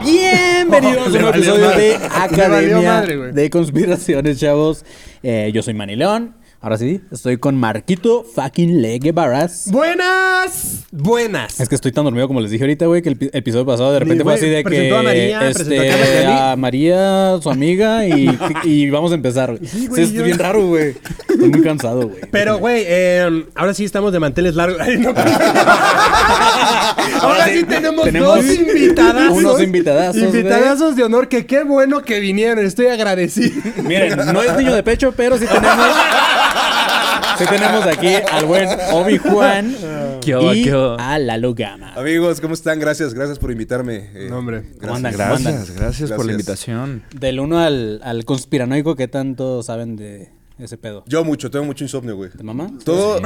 Bienvenidos a Le un valió episodio madre. de Le valió Academia madre, güey. de Conspiraciones, chavos. Eh, yo soy Manny León. Ahora sí, estoy con Marquito fucking Legue Barras. Buenas, buenas. Es que estoy tan dormido como les dije ahorita, güey, que el pi- episodio pasado de repente Güey, fue así de que... presentó a María, presentó a este, Carla Cali. a María, su amiga, y, y vamos a empezar, güey. Sí, güey, es yo- bien raro, güey. Estoy muy cansado, güey. Pero, güey, eh, ahora sí estamos de manteles largos. Ay, no, perdón. ahora sí, sí, tenemos, tenemos dos invitadas. unos invitadazos, güey. Invitadazos de honor, que qué bueno que vinieron. Estoy agradecido. Miren, no es niño de pecho, pero sí tenemos... sí tenemos aquí al buen Obi-Juan ¿Qué hubo, y qué hubo? a Lalo Gama. Amigos, ¿cómo están? Gracias, gracias por invitarme. Eh, No, hombre. gracias. ¿Cómo andan? ¿Cómo Gracias, andan? gracias, por la invitación. Del 1 al, al conspiranoico, ¿qué tanto saben de ese pedo? Yo mucho, tengo mucho insomnio, güey. ¿De mamá? Todo,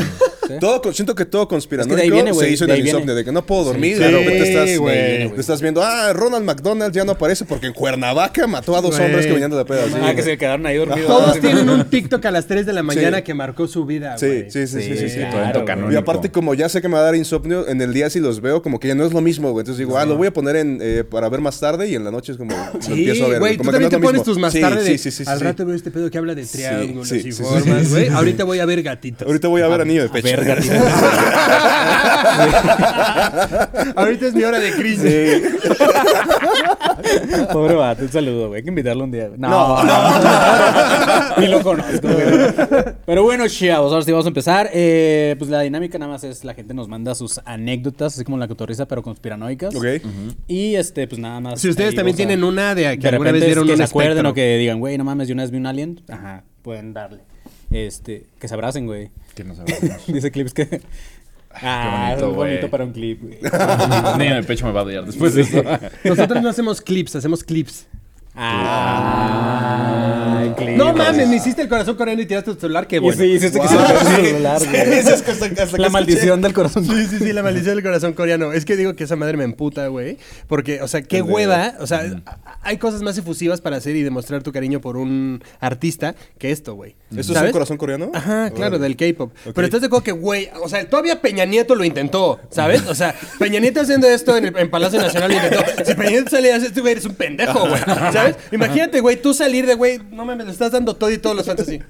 Sí. todo, con- siento que todo conspiranoico Es que de ahí viene, se güey, hizo en de el ahí viene. insomnio, de que no puedo dormir, Sí, de repente estás, güey. de ahí viene, güey. estás viendo, ah, Ronald McDonald ya no aparece porque en Cuernavaca mató a dos Güey. hombres caminando de pedo. así, ah, güey. que se quedaron ahí dormidos. Todos tienen un TikTok a las 3 de la mañana que marcó su vida, Sí, güey. sí, sí, sí, sí, sí. claro, Tanto güey. canónico. Y aparte, como ya sé que me va a dar insomnio, en el día si los veo, como que ya no es lo mismo, güey. Entonces digo, ah, lo voy a poner en, eh, para ver más tarde y en la noche es como lo Sí, empiezo a ver. güey, tú como también que te no es pones lo mismo. tus más Sí, tarde de, Sí, sí, sí. Al sí. rato veo este pedo que habla de triángulos sí, y sí, sí, formas, sí. güey. Ahorita voy a ver gatitos. Ahorita voy a ver anillo de pecho. Verga, tío. Ahorita es mi hora de crisis. Pobre vato, un saludo, güey. Hay que invitarlo un día. güey. No, no. Ni lo conozco, güey. Pero bueno, chavos, ahora sí vamos a empezar. Eh, pues la dinámica nada más es la gente nos manda sus anécdotas, así como la cotorriza, pero conspiranoicas. Ok. Y este, pues nada más. Si ustedes ahí, también o sea, tienen una de que de alguna repente vez vieron que un se acuerden espectro. o que digan, güey, no mames, yo una vez vi un alien. Ajá, pueden darle. Este, que se abracen, güey. Que nos hablamos. Dice clips que. Ah, bonito, es muy bonito güey. para un clip. güey. Ni en el pecho me va a odiar después de eso. Nosotros no hacemos clips, hacemos clips. ah, clip. No mames, me hiciste el corazón coreano y tiraste tu celular, qué Y bueno. sí, hiciste que se me cayó el celular, güey. Esas cosas hasta que La escuché. maldición del corazón. Sí, sí, sí, la maldición del corazón coreano. Es que digo que esa madre me emputa, güey. Porque, o sea, qué hueva. O sea, a- hay cosas más efusivas para hacer y demostrar tu cariño por un artista que esto, güey. ¿Eso es ¿Sabes? un corazón coreano? Ah, Ajá, claro, Órale. del K-pop. Pero estás de acuerdo que, güey, o sea, todavía Peña Nieto lo intentó, ¿sabes? O sea, Peña Nieto haciendo esto en, el, en Palacio Nacional lo intentó. Si Peña Nieto sale y hace esto, güey, eres un pendejo, güey. ¿Sabes? Imagínate, güey, tú salir de, güey, no mames, le estás dando todo y todos los fans así.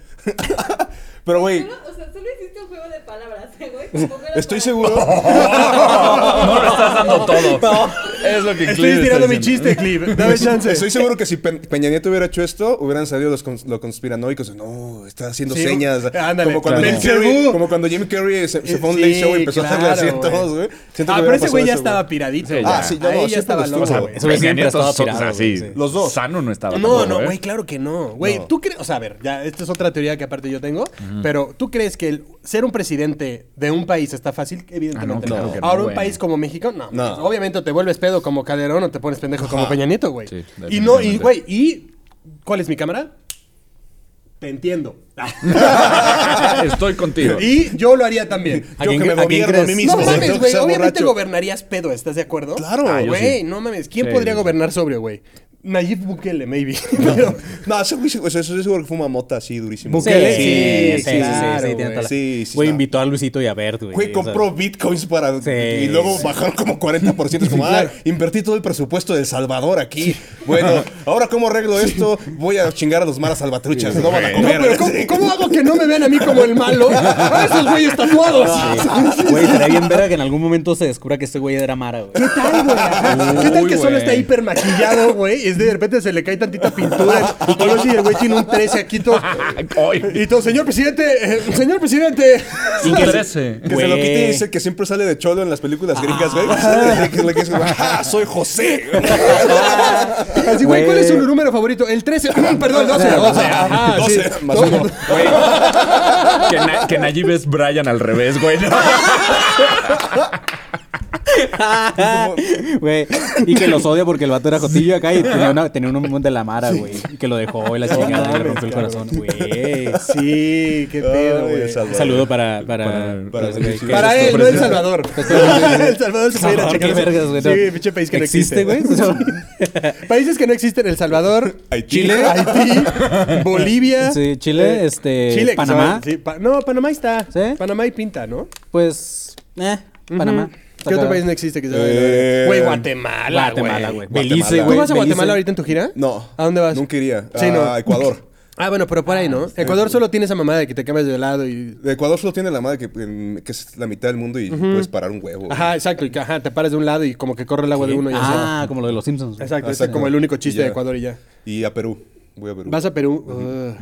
Pero, güey, O sea, solo hiciste un juego de palabras, eh, güey. estoy seguro. No lo estás dando todo. Es lo que Estoy Claire tirando está mi diciendo. chiste, Clip. Dame chance. Estoy seguro que si Pe- Peña Nieto hubiera hecho esto, hubieran salido los, cons- los conspiranoicos. No, está haciendo Sí, señas. ándale, como, cuando claro. Jim Carrey, Belcebú. como cuando Jim Carrey se, se fue a un Sí, late show y empezó a claro, hacerle así a güey. todos, güey. Siento Ah, que pero hubiera ese güey pasado ya eso, estaba güey. piradito. Sí, güey. ya. Ah, sí, no, Ahí no, ya siempre estaba lo estuvo, loco. O sea, Ese güey Peña siempre Nieto, estaba o sea, pirado, sí. güey, sí. Los dos. Sano no estaba. No, tampoco, no, ¿eh? güey, claro que no. Güey, No. tú crees, o sea, a ver, ya, esta es otra teoría que aparte yo tengo, pero tú crees que el ser un presidente de un país está fácil, evidentemente. Ah, no, claro que no, Ahora un güey. país como México, no. No. Pues, Obviamente o te vuelves pedo como Calderón o te pones pendejo como Peña Nieto, güey. Sí, y no, y definitivamente. güey, ¿y cuál es mi cámara? Te entiendo. Estoy contigo. y yo lo haría también. ¿A Yo quién que me cre- a quién gobierno a mí crees? mismo. No güey, tengo mames, que güey. ser Obviamente borracho. gobernarías pedo, ¿estás de acuerdo? Claro. Ah, yo güey, sí. no mames. ¿Quién Sí, podría sí, sí. gobernar sobre, güey? Nayib Bukele, maybe. Pero- No, ese güey, o sea, estoy seguro que fuma mota así durísimo. Sí, Bukele. sí, sí, sí, sí, claro, sí, tiene güey. toda la- Sí, sí Güey, está. invitó a Luisito y a Bert, güey. Güey, o sea, compró bitcoins para. Sí, y luego sí. bajaron como 40%. Es como, ah, invertí todo el presupuesto del Salvador aquí. Bueno, ahora, ¿cómo arreglo esto? Voy a chingar a los maras salvatruchas. No van a No, comer. pero ¿cómo, Sí. cómo hago que no me vean a mí como el malo, a esos güeyes tatuados. Ah, Güey, estaría bien verga que en algún momento se descubra que este güey era Mara, güey. ¿Qué tal, güey? Ajá. ¿Qué tal Uy, que solo güey. está hiper maquillado, güey? Y es de repente se le cae tantita pintura y todo así, y el güey tiene un 13 aquí todo. Y todo, señor presidente, eh, señor presidente. Y que 13. Que se lo quite y dice que siempre sale de cholo en las películas gringas, güey. Que es lo que dice, "Ah, soy José! Así, güey, ¿cuál es su número favorito? El 13, perdón, 12. 12, ajá, sí. 12 más uno. Güey. Que, Na- que Nayib es Brian al revés, güey. No. Güey, y que los odia porque el vato era Jotillo acá y tenía, una, tenía un de la Mara, güey. Y que lo dejó y la chingada y le rompió el corazón, güey. Sí, qué pedo, Ay, güey. El Salvador. Un saludo para. Para, Para- para ese güey que- Para él, no El Salvador. El Salvador se puede ir a Salvador, checar. qué vergas, güey. Sí, no. pinche país que no existe, existe. güey. Países que no existen, El Salvador, Haití. Chile, Haití, Bolivia. Sí, Chile, eh, este, Chile, que Panamá. son- sí, pa- no, Panamá ahí está. ¿Sí? Panamá y pinta, ¿no? Pues, eh, Panamá. ¿Qué otro país no existe que se vaya? Eh, Güey, Guatemala, güey. Guatemala, güey. Belice, ¿Tú güey. vas a Belice. Guatemala ahorita en tu gira? No. ¿A dónde vas? Nunca iría. Sí, no. A Ecuador. Ah, bueno, pero por ahí, ¿no? Ecuador solo tiene esa mamada de que te cambias de lado y... De Ecuador solo tiene la madre que, en- que es la mitad del mundo y puedes parar un huevo. güey. Ajá, exacto. Y que, ajá, te paras de un lado y como que corre el agua de uno y así. Ah, como lo de los Simpsons. güey. Exacto, ese es Exacto. como el único chiste Ya. de Ecuador y ya. Y a Perú. Voy a Perú. Vas a Perú. uh,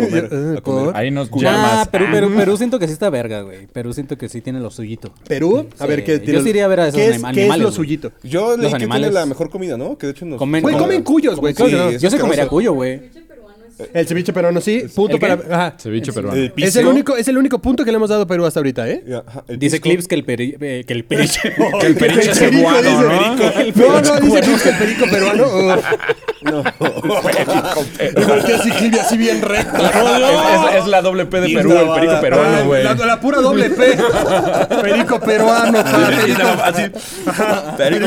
comer, yo, uh, a comer. ¿por? Ahí nos Ah, llamas. Perú, Perú, Perú siento que sí está verga, güey. Perú siento que sí tiene lo suyito. ¿Perú? A Sí, ver, ¿qué yo tiene- sí iría a ver a esos ¿qué es, anima- ¿Qué es animales, lo güey? suyito? Yo leí que animales. tiene la mejor comida, ¿no? Que de hecho nos... Comen- Güey, Como- comen cuyos, güey. como- claro que no. sí, es Yo se asqueroso. comería cuyo, güey. El ceviche peruano, sí. Punto ¿El qué? para... Ajá. Ceviche peruano. El Es el, pisco. único, es el único punto que le hemos dado a Perú hasta ahorita, ¿eh? Y, ajá, el Dice pisco. Clips que el peri- eh, que el periche. Que el periche es perico, dice. cebuano, ¿no? No, no, dice Clips que el perico peruano. uh, Igual que así, Clip, así bien recto. Es, es- es la doble P de Bien Perú, el grabada. perico peruano, Ay, güey. Ah, la, la pura doble P. Perico peruano, Sí, sí, sí, para así. Perico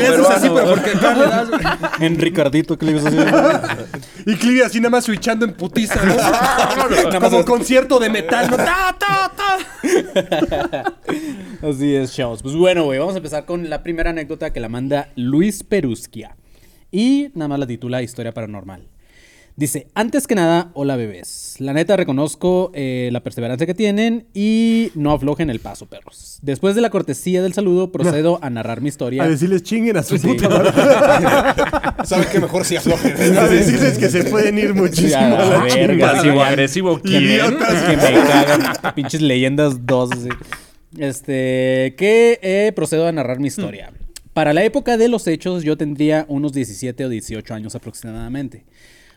Pero le haces así, pero peruano, güey. porque acá le das, güey. en Ricardito Clips. así. Y Clive así nada más switchando en putiza, ¿no? Como concierto de metal, ¿no? ¡Ta, ta, ta! Así es, chavos. Pues bueno, güey, vamos a empezar con la primera anécdota que la manda Luis Perusquia. Y nada más la titula Historia Paranormal. Dice, antes que nada, hola bebés. La neta reconozco eh, la perseverancia que tienen y no aflojen el paso, perros. Después de la cortesía del saludo, procedo a narrar mi historia. A decirles chinguen a su Sí. puta madre. ¿Saben qué mejor si aflojen? A decirles que se pueden ir muchísimo Ya, a la la verga, chingada. Pasivo güey. Ah, agresivo. Que me, ¿quién? que me cagan. Pinches leyendas 2. Este, que eh, procedo a narrar mi historia. Para la época de los hechos, yo tendría unos 17 o 18 años aproximadamente.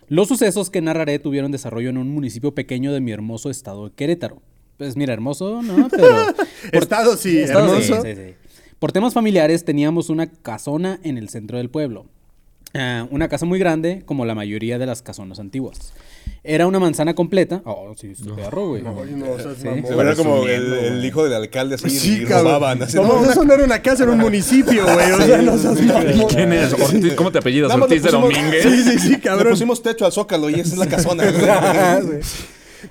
Los sucesos que narraré tuvieron desarrollo en un municipio pequeño de mi hermoso estado de Querétaro. Pues mira, hermoso, ¿no? Pero. Estado sí, Estado, sí, hermoso. sí, sí. Por temas familiares teníamos una casona en el centro del pueblo. Ah, una casa muy grande, como la mayoría de las casonas antiguas. Era una manzana completa. Oh, sí, este perro, güey. Sí. Se vería como el, el hijo del alcalde así Sí, y cabrón. robaban. Así, No, no, eso no era una casa, era un municipio, güey. O sea, no seas mamón. ¿Quién es? Ortiz- ¿Cómo te apellidas? Nada más Ortiz le de pusimos- Domínguez. Sí, sí, sí, Le cabrón. pusimos techo al zócalo y esa es la casona. eh.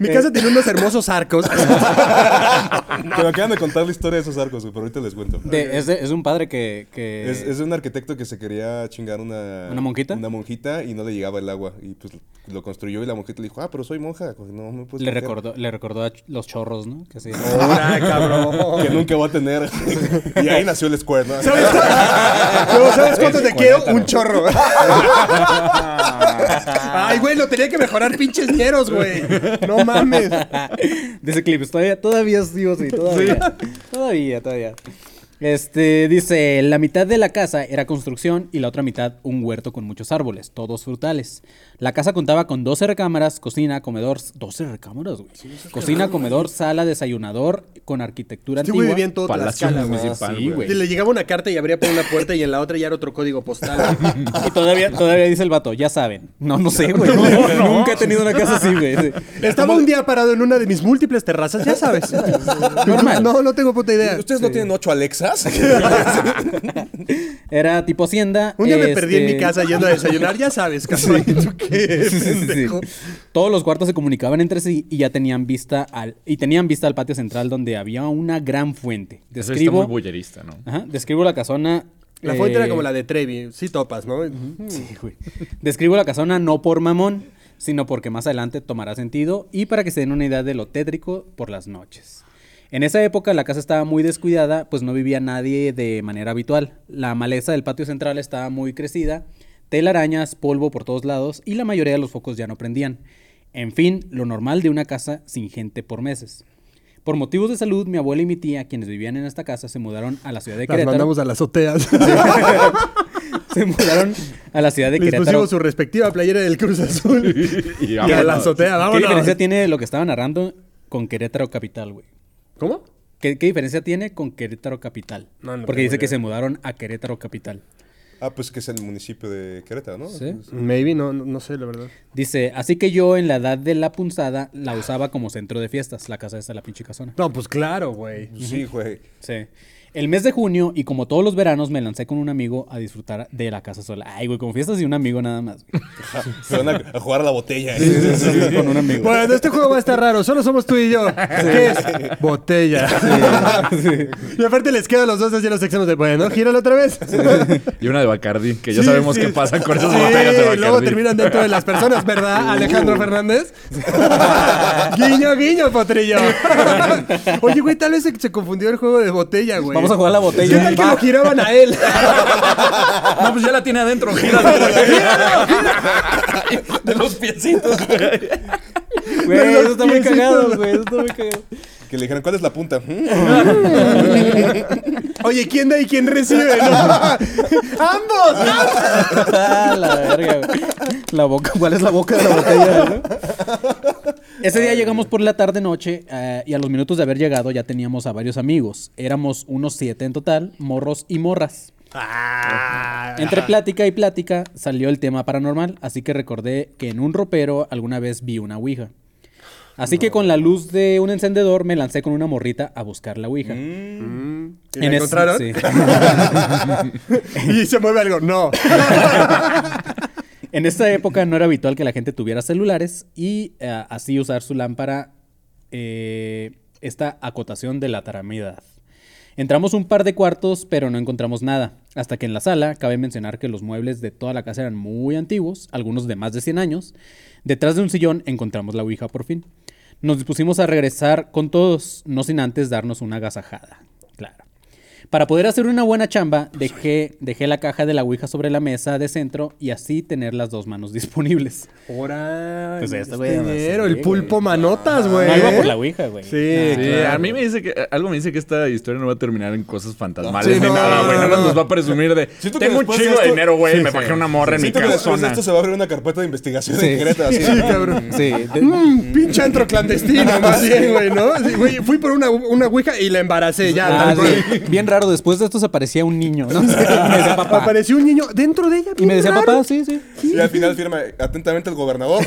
Mi casa tiene unos hermosos arcos. Que me acaban de contar la historia de esos arcos, güey, pero ahorita les cuento. De- es, de- es un padre que. que- Es, es de un arquitecto que se quería chingar una... Eh, ¿Una monjita? Una monjita y no le llegaba el agua. Y pues lo construyó y la monjita le dijo, ah, pero soy monja. pues, no me puedes le, coger". recordó, le recordó a ch- los chorros, ¿no? Que sí. Ahora, cabrón. Que nunca va a tener. y ahí nació el Square, ¿no? ¿Sabes cuánto- no, ¿Sabes cuánto te quiero? Un chorro. Ay, güey, lo tenía que mejorar pinches ñeros, güey. No mames. Dice Clips, todavía, todavía sigo así, todavía. Todavía, todavía. Este, dice, la mitad de la casa era construcción y la otra mitad un huerto con muchos árboles, todos frutales. La casa contaba con 12 recámaras, cocina, comedor... 12 recámaras, güey. Cocina, comedor, sala, desayunador, con arquitectura Este güey antigua. vivía en todo Palacio Tlaxcala, güey. municipal, Sí, güey. güey. Le llegaba una carta y abría por una puerta y en la otra ya era otro código postal. Y todavía, todavía dice el vato, ya saben. No, no sé, güey. Nunca he tenido una casa así, güey. Sí. Estaba un día parado en una de mis múltiples terrazas, ya sabes. Normal. No, no tengo puta idea. ¿Ustedes no tienen ocho Alexas? Era tipo hacienda. Un día me perdí en mi este, casa yendo a desayunar, ya sabes, cabrón. ¿Tú qué, pendejo? Todos los cuartos se comunicaban entre sí y ya tenían vista al y tenían vista al patio central donde había una gran fuente. Eso está muy Describo, bullerista, ¿no? Ajá, describo la casona. La fuente eh, era como la de Trevi. Sí topas, ¿no? sí, güey. Describo la casona no por mamón, sino porque más adelante tomará sentido y para que se den una idea de lo tétrico por las noches. En esa época la casa estaba muy descuidada, pues no vivía nadie de manera habitual. La maleza del patio central estaba muy crecida, telarañas, polvo por todos lados y la mayoría de los focos ya no prendían. En fin, lo normal de una casa sin gente por meses. Por motivos de salud, mi abuela y mi tía, quienes vivían en esta casa, se mudaron a la ciudad de Las Querétaro. mandamos a las azoteas. Se mudaron a la ciudad de Les Querétaro. pusimos su respectiva playera del Cruz Azul. y, a la azotea, ¿Qué vámonos. diferencia tiene lo que estaba narrando con Querétaro Capital, güey? ¿Cómo? ¿Qué, qué diferencia tiene con Querétaro Capital? No, no Porque tengo dice que idea. se mudaron a Querétaro Capital. Ah, pues que es el municipio de Querétaro, ¿no? Pues, Sí. Maybe, no, no, no sé, la verdad. Dice, así que yo en la edad de la punzada la usaba como centro de fiestas, la casa esta, la pinche casona. No, pues claro, güey. Sí, güey. Sí. El mes de junio, y como todos los veranos, me lancé con un amigo a disfrutar de la casa sola. Ay, güey, con fiestas y un amigo nada más. güey. Se van a, a jugar a la botella. con un amigo. Bueno, este juego va a estar raro. Solo somos tú y yo. ¿Qué es? Botella. Y aparte les queda a los dos así los exámenes de, bueno, gíralo otra vez. Y una de Bacardi, que ya Sí, sabemos sí. qué pasa con esas Sí, botellas de Bacardi. luego terminan dentro de las personas, ¿verdad, Alejandro Fernández? guiño, guiño, potrillo. Oye, güey, tal vez se, se confundió el juego de botella, güey. Vamos a jugar a la ¿Qué botella. tal que lo giraban a él? No, pues ya la tiene adentro, gírala. De los piecitos. Güey, eso está muy cagado, güey. Eso está muy cagado. Que le dijeron, ¿cuál es la punta? Mm. Oye, ¿quién da y quién recibe? no? ¡Ambos! Ah, la verga, güey. La boca, ¿cuál es la boca de la botella? güey? Ese día llegamos por la tarde noche eh, y a los minutos de haber llegado ya teníamos a varios amigos. Éramos unos siete en total, morros y morras. Ah. Entre plática y plática salió el tema paranormal, así que recordé que en un ropero alguna vez vi una ouija. Así que con la luz de un encendedor me lancé con una morrita a buscar la ouija. Mm. ¿Y la En es- encontraron? sí. y se mueve algo. No. En esta época no era habitual que la gente tuviera celulares y eh, así usar su lámpara eh, esta acotación de la taramidad. Entramos un par de cuartos, pero no encontramos nada. Hasta que en la sala, cabe mencionar que los muebles de toda la casa eran muy antiguos, algunos de más de 100 años. Detrás de un sillón encontramos la Ouija por fin. Nos dispusimos a regresar con todos, no sin antes darnos una agasajada. Claro. Para poder hacer una buena chamba, dejé, dejé la caja de la Ouija sobre la mesa de centro y así tener las dos manos disponibles. Ahora. Pues esto, güey, este va a dinero, ser, el güey. pulpo manotas, güey. Algo por la Ouija, güey. Pues, Sí, Sí, claro. a mí me dice que eh, algo me dice que esta historia no va a terminar en cosas fantasmales Sí, ni no, nada, güey. Nada no, más no. nos va a presumir de Siento que tengo un después de chingo de esto- dinero, güey, me bajé una morra en mi Siento que después de casona. esto se va a abrir una carpeta de investigación en Querétaro. Así, Sí, cabrón. Sí, de- Mm, pinche antro clandestino, más bien, güey, ¿no? Sí, güey, fui por una, una ouija y la embaracé ya. Ah, tal cual. sí. Bien raro, después de esto se aparecía un niño, ¿no? Y me decía papá. Apareció un niño dentro de ella. Y me decía papá, sí, sí. Y al final firma atentamente el gobernador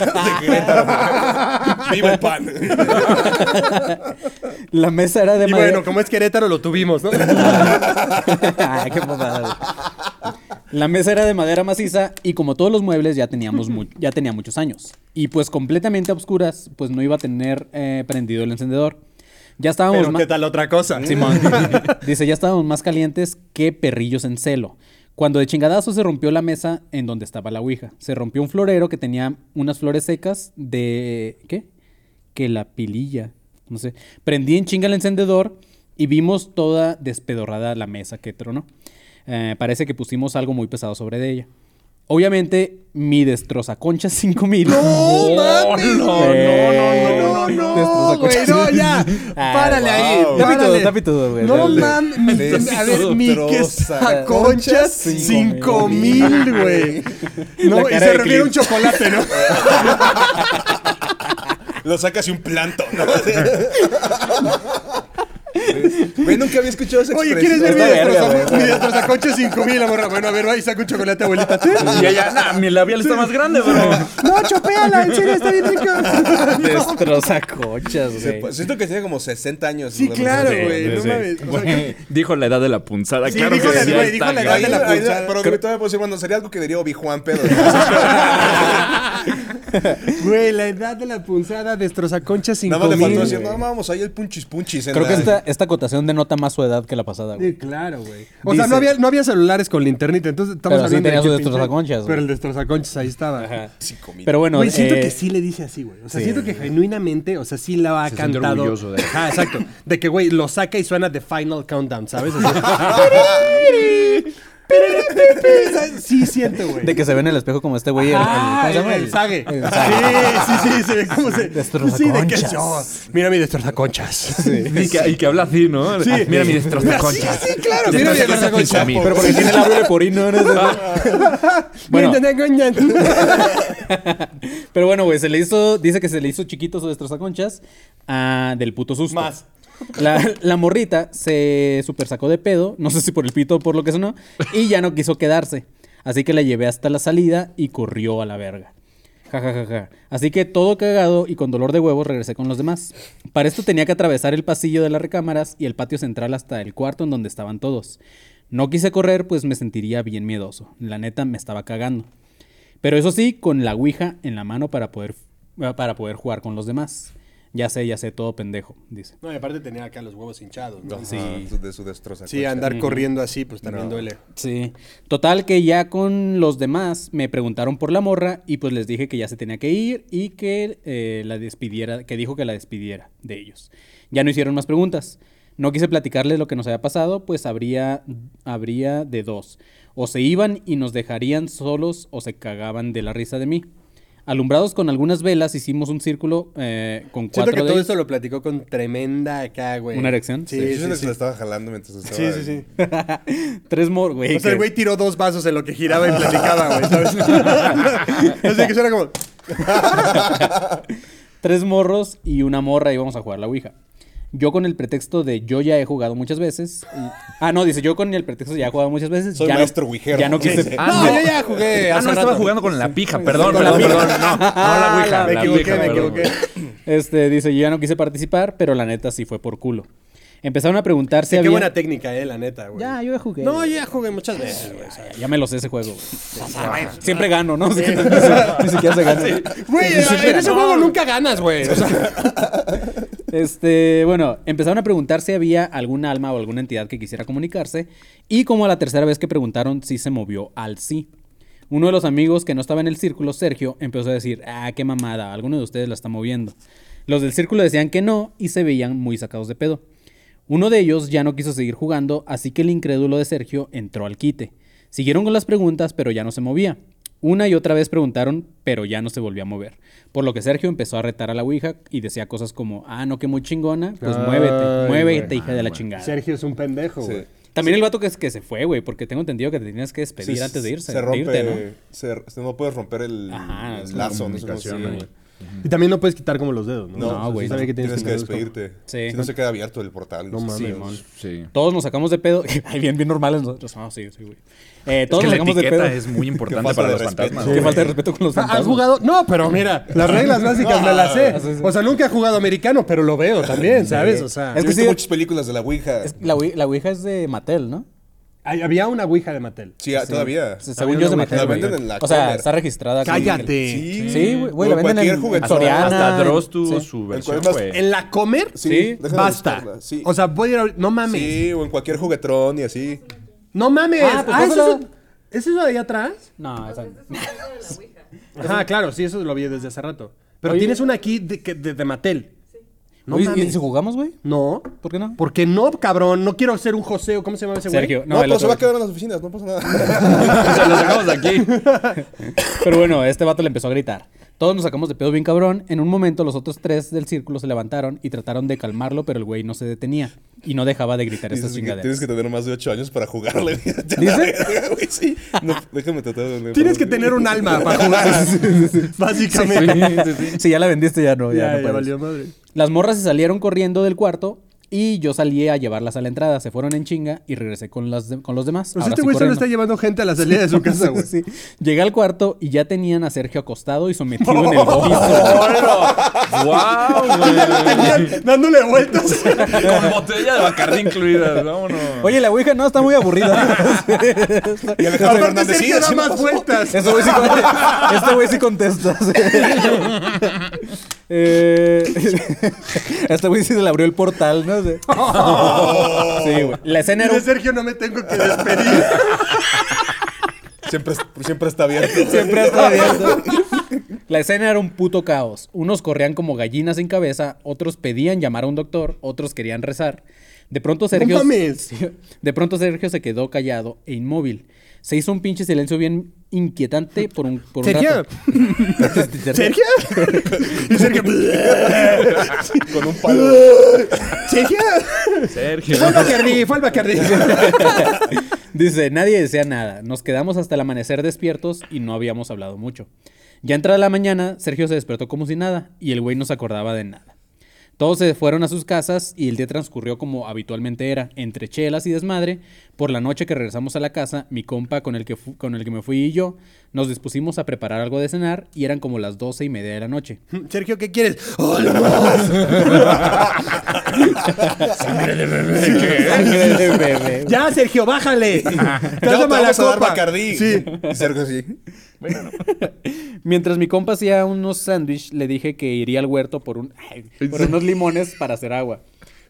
de Querétaro. ¡Viva el pan! La mesa era de Y madera. bueno, como es Querétaro, lo tuvimos, ¿no? Ay, qué mamada, güey. La mesa era de madera maciza y como todos los muebles ya teníamos mu- ya tenía muchos años. Y pues completamente a oscuras, pues no iba a tener eh, prendido el encendedor. Ya estábamos Pero ma- qué tal otra cosa. Simón. Dice, ya estábamos más calientes que perrillos en celo. Cuando de chingadazo se rompió la mesa en donde estaba la ouija. Se rompió un florero que tenía unas flores secas de... ¿Qué? Que la pililla. No sé. Prendí en chinga el encendedor y vimos toda despedorrada la mesa que tronó. Eh, parece que pusimos algo muy pesado sobre de ella. Obviamente, mi destrozaconcha 5000. ¡No, Oh, mames! no, Eh, No, no, destrozaconcha. güey, no, ya. Ah, Párale ahí. wow. Tapito, párale. tapito, güey. No Dale. mames. mi- A ver, mi que Destroza conchas cinco cinco mil, güey. La No, y cara se de refiere a un Clint. chocolate, ¿no? Lo sacas y un planto, ¿no? Güey, nunca había escuchado esa Oye, ¿quieres expresión. ver mi Está verga, destroza- güey. mi destrozaconchas 5000, la morra? Bueno, a ver, ahí saca un chocolate, abuelita. ¿Sí? Y ella, nah, mi labial está más grande, bro. No, chopéala, en serio, está bien rica. Destrozaconchas, güey. Se- pues, Siento que tiene como 60 años. Sí, claro, Sí. güey, no mames. O sea, que- Dijo la edad de la punzada, Sí, claro dijo que la- sí, güey, ahí dijo está, la edad Ahí, güey. de la ahí, punzada. pero Creo- todavía puedo decir, bueno, sería algo que diría Obi-Juan, pero... Güey, la edad de la punzada destroza concha sin Nada más le faltó decir, no, vamos, ahí el punchis punchis. en Creo que la- esta, esta acotación denota más su edad que la pasada, güey. claro, güey. O sea, Dice- no había, no había celulares con linterna, entonces estamos Pero sí hablando tenía que su pinche- destrozaconchas, güey. Pero el destrozaconchas ahí estaba. Cinco mil. Pero bueno, Güey, siento eh, que sí le dice así, güey. O sea, sí. siento que genuinamente, o sea, sí la ha Se siente cantado. orgulloso de- Ajá, exacto. De que, güey, lo saca y suena The Final Countdown, ¿sabes? O sea, sí siento, güey. de que se ve en el espejo como este güey. el- el- Ah, ¿cómo se el, llama? el sague. El Sí, sí, sí, se ve como se. Destrozaconchas. Sí, de que yo. Mira mi destrozaconchas. Sí, Y que, y que habla así, ¿no? Ah, Mira mi destrozaconchas. Sí, sí, claro. Mira mi destrozaconchas. Destrozaconchas pinche Pero porque tiene el labio leporino. ¿no? Ah. Bueno. Pero bueno, güey, se le hizo, dice que se le hizo chiquito su destrozaconchas ah, del puto susto. Más. La, la morrita se super sacó de pedo, no sé si por el pito o por lo que sonó, y ya no quiso quedarse. Así que la llevé hasta la salida y corrió a la verga. Ja, ja, ja, ja. Así que todo cagado y con dolor de huevos regresé con los demás. Para esto tenía que atravesar el pasillo de las recámaras y el patio central hasta el cuarto en donde estaban todos. No quise correr, pues me sentiría bien miedoso. La neta me estaba cagando. Pero eso sí, con la Ouija en la mano para poder, para poder jugar con los demás. Ya sé, ya sé, todo pendejo, dice. No, y aparte tenía acá los huevos hinchados. ¿no? Ajá, Sí. de su destroza. Sí, andar corriendo así, pues también duele. Sí. Total que ya con los demás me preguntaron por la morra y pues les dije que ya se tenía que ir y que eh, la despidiera, que dijo que la despidiera de ellos. Ya no hicieron más preguntas. No quise platicarles lo que nos había pasado, pues habría, habría de dos. O se iban y nos dejarían solos o se cagaban de la risa de mí. Alumbrados con algunas velas hicimos un círculo eh, con Siento cuatro que de todo ellos. esto lo platicó con tremenda acá, güey. ¿Una erección? Sí, Sí, sí, sí, sí. la estaba jalando mientras estaba. Sí, sí, sí. Tres mor, güey. O sea, que- el güey tiró dos vasos en lo que giraba y platicaba, güey. ¿sabes? Así que suena como... tres morros y una morra íbamos a jugar la Ouija. Yo con el pretexto de yo ya he jugado muchas veces. y- Ah, no, dice yo con el pretexto de ya he jugado muchas veces. Soy ya no- maestro ouijero. Ya no quise. Sí, sí. Ah, no, no. yo ya jugué Ah, hace no, estaba rato. jugando con la pija, perdón, con la perdón, pija. perdón, no, no la ouija, Me la equivoqué, ouija, me perdón. equivoqué. Este, dice yo ya no quise participar, pero la neta sí fue por culo. Empezaron a preguntar si Sí, qué había. buena técnica, eh, la neta, güey. Ya, yo ya jugué. No, yo ya jugué muchas veces, güey. Ya, ya me lo sé ese juego. güey. Siempre gano, ¿no? Ni siquiera ni siquiera se gana. Ah, Güey, Sí, en pero ese no. juego nunca ganas, güey. O sea, Este, bueno, empezaron a preguntar si había algún alma o alguna entidad que quisiera comunicarse. Y como a la tercera vez que preguntaron, sí se movió al sí. Uno de los amigos que no estaba en el círculo, Sergio, empezó a decir, ah, qué mamada, alguno de ustedes la está moviendo. Los del círculo decían que no y se veían muy sacados de pedo. Uno de ellos ya no quiso seguir jugando, así que el incrédulo de Sergio entró al quite. Siguieron con las preguntas, pero ya no se movía. Una y otra vez preguntaron, pero ya no se volvió a mover. Por lo que Sergio empezó a retar a la Ouija y decía cosas como, ah, no, que muy chingona, pues muévete, muévete, hija Ah, de la chingada. Sergio es un pendejo, güey. También el vato que, es- que se fue, güey, porque tengo entendido que te tenías que Sí, despedir antes de irse. Se de rompe. irte, ¿no? se- se- no puedes romper el, Ajá, es el una lazo. No sé cómo se llama, comunicación, güey. Y también no puedes quitar como los dedos, ¿no? No, O sea, sí güey, sabía no. que Tienes que los dedos como- despedirte. Sí. Si no se queda abierto el portal. No mames. Simón. Sí. Todos nos sacamos de pedo. Ay, bien, bien normales nosotros. No, sí, sí, güey. Eh, todos nos es que la sacamos de pedo. etiqueta es muy importante falta para de los respeto. fantasmas. Sí. Qué güey. falta de respeto con los Ah, fantasmas. Ah, ¿Has jugado? No, pero mira, las reglas básicas me las sé. O sea, nunca he jugado americano, pero lo veo también, ¿sabes? O sea, Es Es que que visto sí- muchas películas de la Ouija. Es- la, Ouija- la Ouija es de Mattel, ¿no? hay- había una ouija de Mattel. Sí, ah, todavía. Se- Según yo es de La Mattel. güey. venden en la O sea, Comer. está registrada. aquí. Cállate. Sí, güey, güey, la O venden cualquier en- en juguetón. Soriana. Hasta Dross tuvo Sí. su El versión, cual es más- güey. En la comer, Sí, déjame basta. buscarla, Sí. O sea, voy a ir a- No mames. sí, o en cualquier juguetrón y así. No mames. Ah, Ah, pues ¿eso cómprala. es, ¿es eso de ahí atrás? No, esa- Ajá, claro, sí, eso lo vi desde hace rato. Pero Oye. tienes una aquí de, que- de- de Mattel. No Oye, ¿y- ¿Y mames. si jugamos, güey? No. ¿Por qué no? Porque no, cabrón. No quiero ser un joseo. ¿Cómo se llama ese güey? Sergio. No, No, el pero se otro. va a quedar en las oficinas, no pasa nada. Se lo sacamos de aquí. Pero bueno, este vato le empezó a gritar. Todos nos sacamos de pedo bien cabrón. En un momento los otros tres del círculo se levantaron y trataron de calmarlo, pero el güey no se detenía y no dejaba de gritar esas Dices que chingaderas. tienes que tener más de 8 años para jugarle. ¿Dice? Güey, sí. No, déjame tratar de. Tienes que tener un alma para jugar. Básicamente. Si ya la vendiste, ya no. Ya, Ya, no ya puedes. valió madre. Las morras se salieron corriendo del cuarto Y yo salí a llevarlas a la entrada, se fueron en chinga y regresé con, las de- con los demás. Pues Ahora este sí güey solo corriendo. está llevando gente a la salida de su casa, güey. Sí. Llegué al cuarto y ya tenían a Sergio acostado y sometido en el piso. ¡Wow, güey! Dándole vueltas. Con botella de Bacardi incluida. Vámonos. Oye, la Ouija no está muy aburrida. Y Aparte Alejandro Fernández, sí, Sergio da así más pasó. vueltas. Este güey sí, con- este güey sí contesta. sí. Eh, este güey sí se le abrió el portal, ¿no? Sí, Sí, güey. La escena Y era de un- Sergio no me tengo que despedir. Siempre, siempre está abierto. Siempre está abierto. La escena era un puto caos. Unos corrían como gallinas sin cabeza, otros pedían llamar a un doctor, otros querían rezar. De pronto Sergio. mames. Sí, De pronto Sergio se quedó callado e inmóvil. Se hizo un pinche silencio bien inquietante por un, por un Sergio. rato. Sergio. ¿Sergio? Y Sergio. Con un palo. ¿Sergio? Sergio. Fue al Bacardi, fue al Bacardi. Dice, nadie decía nada. Nos quedamos hasta el amanecer despiertos y no habíamos hablado mucho. Ya entrada la mañana, Sergio se despertó como si nada y el güey no se acordaba de nada. Todos se fueron a sus casas y el día transcurrió como habitualmente era, entre chelas y desmadre. Por la noche que regresamos a la casa, mi compa con el que, fu- con el que me fui y yo nos dispusimos a preparar algo de cenar y eran como las doce y media de la noche. Sergio, ¿qué quieres? ¡Oh, no más! Sangre de bebé. Ya, Sergio, bájale. Ya no Tráeme te la vamos a dar copa. Bacardí. Sí. Y Sergio así. Mientras mi compa hacía unos sándwich, le dije que iría al huerto por, un, ay, por unos limones para hacer agua.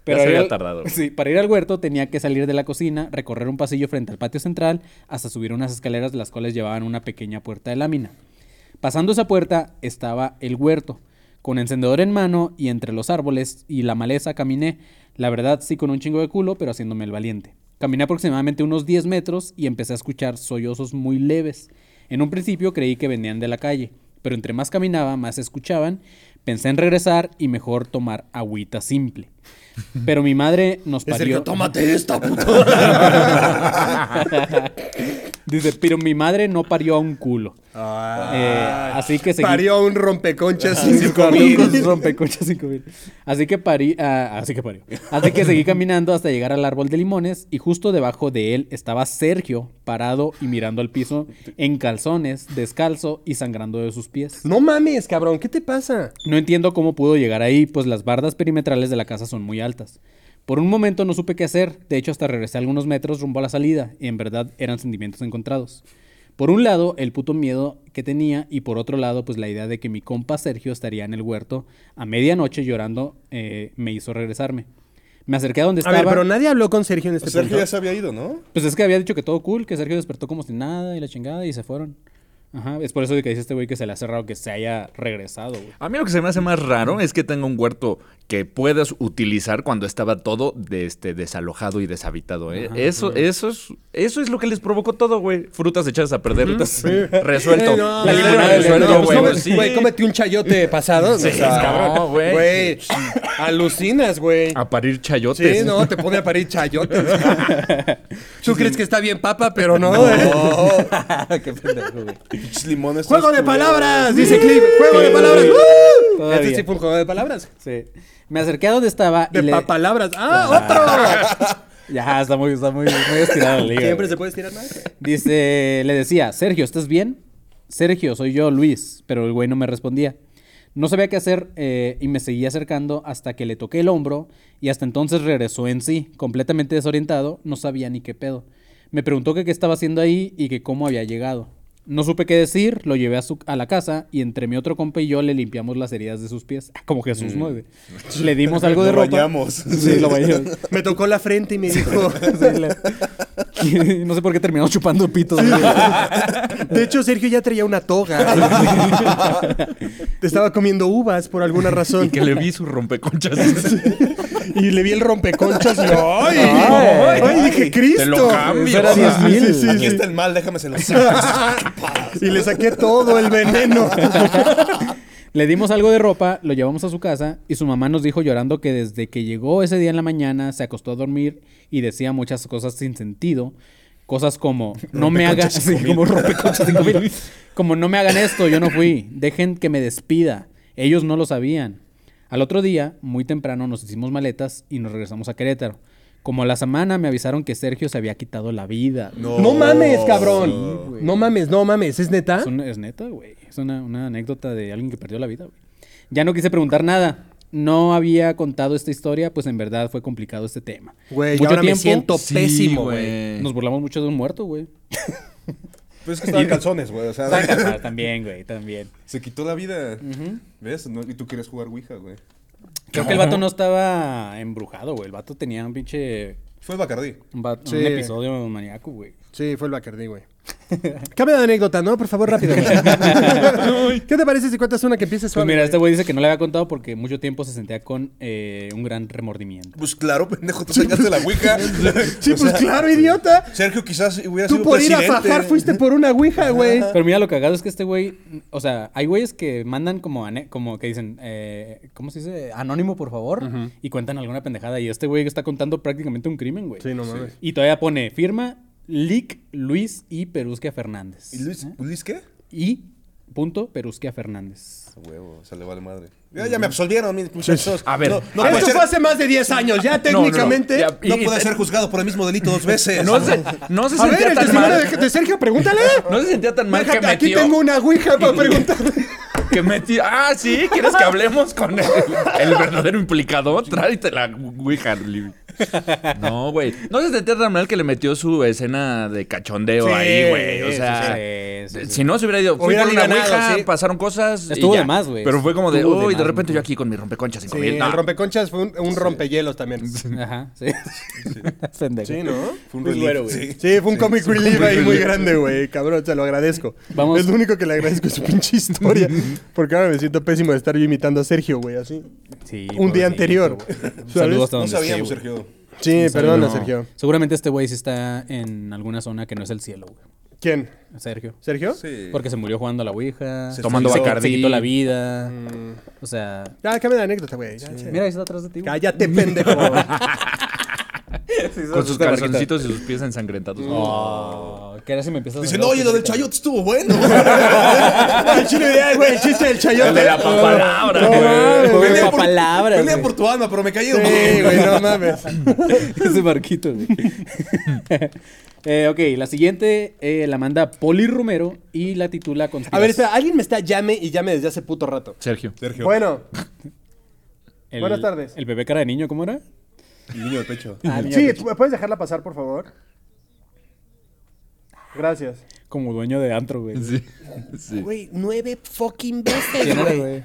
Ya se ir había al- tardado. Sí, para ir al huerto tenía que salir de la cocina, recorrer un pasillo frente al patio central, hasta subir unas escaleras las cuales llevaban una pequeña puerta de lámina. Pasando esa puerta estaba el huerto. Con encendedor en mano y entre los árboles y la maleza caminé, la verdad sí con un chingo de culo, pero haciéndome el valiente. Caminé aproximadamente unos 10 metros y empecé a escuchar sollozos muy leves. En un principio creí que venían de la calle, pero entre más caminaba, más escuchaban. Pensé en regresar y mejor tomar agüita simple. Pero mi madre nos Es parió. Sergio, tómate esta, puto. Dice, pero mi madre no parió a un culo. Eh, así que seguí- Parió un rompeconchas sin Así cinco que mil. rompe- rompeconchas cinco mil. Así que parí, ah, así que parió. Así que seguí caminando hasta llegar al árbol de limones y justo debajo de él estaba Sergio parado y mirando al piso en calzones, descalzo y sangrando de sus pies. No mames, cabrón, ¿qué te pasa? No entiendo cómo pudo llegar ahí, pues las bardas perimetrales de la casa son muy altas. Por un momento no supe qué hacer, de hecho hasta regresé algunos metros rumbo a la salida, y en verdad eran sentimientos encontrados. Por un lado, el puto miedo que tenía, y por otro lado, pues la idea de que mi compa Sergio estaría en el huerto a medianoche llorando eh, me hizo regresarme. Me acerqué a A donde estaba. ver, pero nadie habló con Sergio en este Sergio punto. ya se había ido, ¿no? Pues es que había dicho que todo cool, que Sergio despertó como si nada y la chingada y se fueron. Ajá, es por eso que dice este güey que se le hace raro que se haya regresado, güey. A mí lo que se me hace más raro es que tenga un huerto que puedas utilizar cuando estaba todo de este, desalojado y deshabitado. ¿eh? eso, eso, es, eso es lo que les provocó todo, güey. Frutas echadas a perder. Resuelto. Eh, no, La no, limonada no, resuelto, no, güey. pues, come- Sí. Güey, cómete un chayote pasado. o sea, cabrón, güey. Güey, alucinas, güey. A parir chayotes. Sí, no, te pone a parir chayotes. Tú crees que está bien papa, pero no. ¿eh? Qué pendejo, güey. Pinches limones. ¡Juego todos de culeros. palabras! Ah, Dice Clip. ¡Juego de Sí. palabras! ¡Uh! Todavía. Este sí fue un juego de palabras. Sí. Me acerqué a donde estaba y De le... papalabras. ¡Ah, Ya, está muy, está muy, muy estirada la otro! liga. Siempre güey. se puede estirar más. Dice, le decía, Sergio, ¿estás bien? Sergio, soy yo, Luis. Pero el güey no me respondía. No sabía qué hacer eh, y me seguía acercando hasta que le toqué el hombro y hasta entonces regresó en sí, completamente desorientado, no sabía ni qué pedo. Me preguntó que qué estaba haciendo ahí y que cómo había llegado. No supe qué decir, lo llevé a, su- a la casa y entre mi otro compa y yo le limpiamos las heridas de sus pies, como Jesús mueve. Le dimos algo de Mm. Lo ropa. bañamos. Sí, lo bañamos. Me tocó la frente y me dijo. no sé por qué terminamos chupando pitos. güey. De hecho, Sergio ya traía una toga. Te estaba comiendo uvas por alguna razón. Y que le vi su rompeconchas. Y le vi el rompeconchas y ¡ay! Ay, ¡Ay! dije, ¡Cristo! Te lo cambio. Era Sí, 10,000. sí, sí, Aquí sí. está el mal, déjameselo. Sergio. Y le saqué todo el veneno. Le dimos algo de ropa, lo llevamos a su casa y su mamá nos dijo llorando que desde que llegó ese día en la mañana se acostó a dormir y decía muchas cosas sin sentido. Cosas como, no me hagan, sí, como rompeconchas cinco mil. Como, no me hagan esto, yo no fui. Dejen que me despida. Ellos no lo sabían. Al otro día, muy temprano, nos hicimos maletas y nos regresamos a Querétaro. Como a la semana me avisaron que Sergio se había quitado la vida. No, mames, cabrón. no mames, no mames. ¿Es ¿Ah? neta? Es, una- es neta, güey. Es una, una anécdota de alguien que perdió la vida, güey. Ya no quise preguntar nada. No había contado esta historia, pues en verdad fue complicado este tema. Güey, Mucho ahora me siento tiempo, Sí, pésimo, güey. güey. Nos burlamos mucho de un muerto, güey. Pues es que estaban calzones, güey. O sea, Ah, también, güey, también. se quitó la vida. ¿Ves? No- y tú quieres jugar Ouija, güey. Creo que el vato no estaba embrujado, güey. El vato tenía un pinche... Fue el Bacardí. Un, va- un Sí. episodio maníaco, güey. Pues Sí, fue el Bacardi, güey. Cambia de anécdota, ¿no? Por favor, rápido. güey. ¿Qué te parece si cuentas una que empiece Pues suave? mira, güey? este güey dice que no le había contado porque mucho tiempo se sentía con eh, un gran remordimiento. Pues claro, pendejo, tú sacaste la Ouija. Sí, pues claro, idiota. Sergio quizás hubiera Tú sido por ir a presidente. fajar fuiste por una ouija, güey. Pero mira lo cagado es que este güey, o sea, hay güeyes que mandan como ane- como que dicen, eh, ¿cómo se dice? Anónimo, por favor, y cuentan alguna pendejada. Y este güey está contando prácticamente un crimen, güey. Sí, no mames. Y todavía pone firma Lick Luis y Perusquia Fernández. ¿Y Luis, Luis qué? Y punto Perusquia Fernández. A huevo, se le vale madre. Ya, ya me absolvieron, mis muchachos. A ver, no, no Esto puede ser, fue hace más de 10 años, ya No, no, no. técnicamente. Ya, y- no y- puede ser juzgado por el mismo delito dos veces. No se, no se A ver, sentía el tan testimonio de, mal. de Sergio, pregúntale. No se sentía tan mal que Déjate, metió. aquí tengo una ouija para preguntar. Que metió. Ah, sí, ¿quieres que hablemos con el, el verdadero implicado? Tráete la Ouija, Libby. No, güey. No se sentía tan mal que le metió su escena de cachondeo Sí, ahí, güey. O sí, sea. sí, sí, sí. Si no se hubiera ido, fui Hubiera por una ganado, ouija, sí. pasaron cosas. y Estuvo de ya. más, güey. Pero fue como de, Estuvo de uy, de más, repente güey. yo aquí con mi rompeconchas cinco mil. Sí, No. el rompeconchas fue un, un rompehielos también. Sí, Ajá, sí. Pendejo. ¿no? Pues Fue un relief. Sí. Sí, fue un comic relief ahí muy grande, güey. Cabrón, te lo agradezco. Vamos. Es lo único que le agradezco es su pinche historia. Porque ahora me siento pésimo de estar yo imitando a Sergio, güey, así. Sí, Un día pobrecito, anterior. güey. Un ¿Sabes? saludo hasta No donde esté, sabíamos, güey. Sergio. Sí, perdona, No. Sergio. Seguramente este güey sí está en alguna zona que no es el cielo, güey. ¿Quién? Sergio. ¿Sergio? Sí. Porque se murió jugando a la Ouija. Se Tomando se, Bacardí. se quitó la vida. Mm. O sea. Ya, cambia de anécdota, güey. Ya, sí. Mira, ahí está atrás de ti. güey. Cállate, pendejo. Con sus calzoncitos y sus pies ensangrentados. Oh, ¿Qué era si me empiezas a Dicen, hacer- oye, lo del chayote estuvo bueno. el chile de ay, güey, el chiste del chayote. El de la papalabra, No güey. mames. Fue Pelea pa' por- palabras, Pelea güey. por tu alma, pero me caí de Sí, güey, no mames. Ese barquito, güey. Eh, ok, la siguiente eh, la manda Poli Romero y la titula con A ver, espera, ah, alguien me está llame y llame desde hace puto rato. Sergio. Sergio, Bueno, buenas tardes. Ah, El bebé cara de niño, ¿cómo era? el niño de pecho. sí, ¿puedes dejarla pasar, por favor? Gracias. Como dueño de antro, güey. Sí. sí. Güey, nueve fucking veces, Tiene, güey. güey.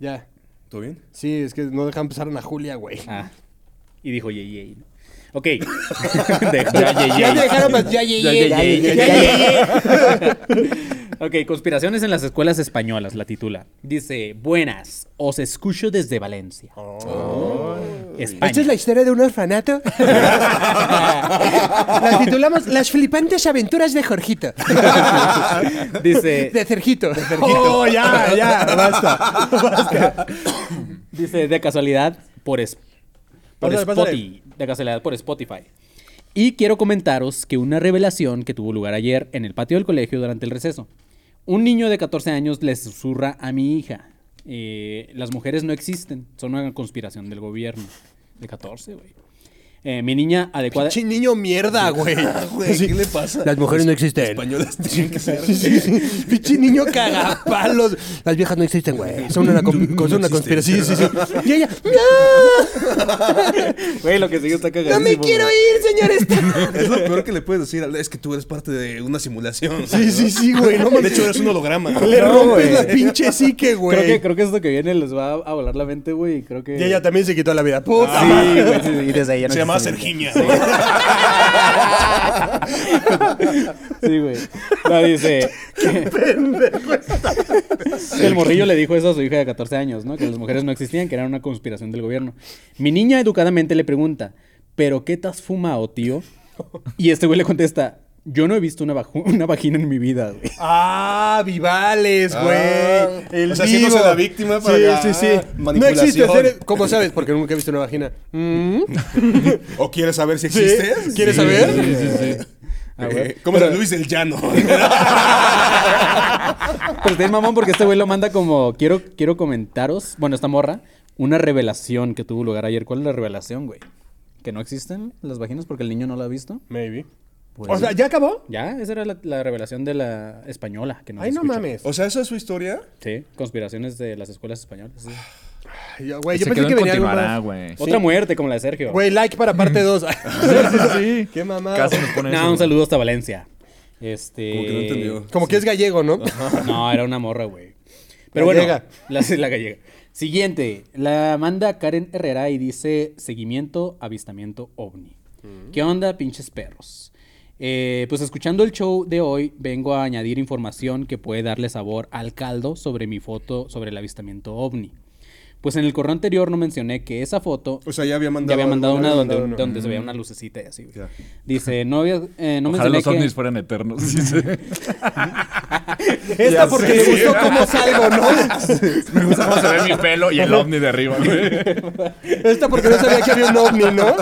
Ya. ¿Todo bien? Sí, es que no dejan pasar a Julia, güey. Ah. Y dijo ye, ye. Ok. Dejó- Ya dejaron pasar. Ya, ya, ya, ya, ya, ya, ya. Ok, conspiraciones en las escuelas españolas, la titula. Dice, buenas, os escucho desde Valencia. Oh. España. ¿Esta es la historia de un orfanato? la titulamos Las flipantes aventuras de Jorgito. dice, De Cerjito. Oh, ya, ya, basta. dice, de casualidad, por, es- por Pásale, pásale. Spotify. De casualidad, por Spotify. Y quiero comentaros que una revelación que tuvo lugar ayer en el patio del colegio durante el receso. Un niño de 14 años le susurra a mi hija. eh, las mujeres no existen, son una conspiración del gobierno. De 14, güey. Eh, mi niña adecuada... Pinche niño mierda, güey. Güey, ¿qué le pasa? Las mujeres no existen. Españolas tienen que ser. Pinche niño cagapalos. Las viejas no existen, güey. Son una, com- son una conspiración. Sí, sí, sí. Y ella, ¡No! Güey, lo que sigue está ¡No cagadísimo. me quiero ir, señores! Es lo peor que le puedes decir. Es que tú eres parte de una simulación. Sí, sí, sí, güey. No De mames. hecho, eres un holograma. Le No, rompes la güey. pinche psique, güey. Creo que, creo que esto que viene les va a volar la mente, güey. y Creo que. Y ella también se quitó la vida. ¡Puta! Sí, madre. güey, sí, sí, y desde ahí ya no Ah, Se llama existe, güey. Serginia. Sí, güey. No, dice. Que el morrillo le dijo eso a su hija de 14 años, ¿no? Que las mujeres no existían, que era una conspiración del gobierno. Mi niña educadamente le pregunta, ¿pero qué te has fumado, tío? Y este güey le contesta, yo no he visto una, vaju- una vagina en mi vida, güey. Ah, vivales, güey. Ah. el O sea, haciéndose vivo. la víctima para Sí, la sí, sí. No manipulación. existe. eres- ¿Cómo sabes? Porque nunca he visto una vagina. Mm, ¿O quieres saber si sí. existe? ¿Quieres saber? Ah, güey. Eh, ¿Cómo era Pero- Luis del Llano? Pero está bien mamón porque este güey lo manda como quiero quiero comentaros, bueno, esta morra, una revelación que tuvo lugar ayer. ¿Cuál es la revelación, güey? Que no existen las vaginas porque el niño no la ha visto. Maybe. Pues- O sea, ¿ya acabó? ya, esa era la, la revelación de la española que no Ay, se no escucha. mames. o sea, ¿eso es su historia? Sí, conspiraciones de las escuelas españolas. sí. Ay, ya, Güey, Se yo pensé quedó que en venía algo continuará, más. güey. Otra muerte como la de Sergio. Güey, like para parte 2. sí. Qué mamada. Casi nos No, ponen un saludo hasta Valencia. Este. Como que no entendió. Como que es gallego, ¿no? No, era una morra, güey. Pero Gallega. bueno, la, la gallega. Siguiente, la manda Karen Herrera y dice seguimiento, avistamiento ovni. Mm. ¿Qué onda, pinches perros? Eh, pues escuchando el show de hoy, vengo a añadir información que puede darle sabor al caldo sobre mi foto sobre el avistamiento ovni. Pues en el correo anterior no mencioné que esa foto O sea, ya había mandado. ya había mandado una alguna- donde, mandado donde se veía una lucecita y así. güey. Ya. Dice, no, había, eh, no mencioné Ojalá los que... ovnis fueran eternos. Esta porque le gustó cómo salgo, ¿no? Me gusta cómo se ve mi pelo y el ovni de arriba. Esta porque no sabía que había un ovni, ¿no?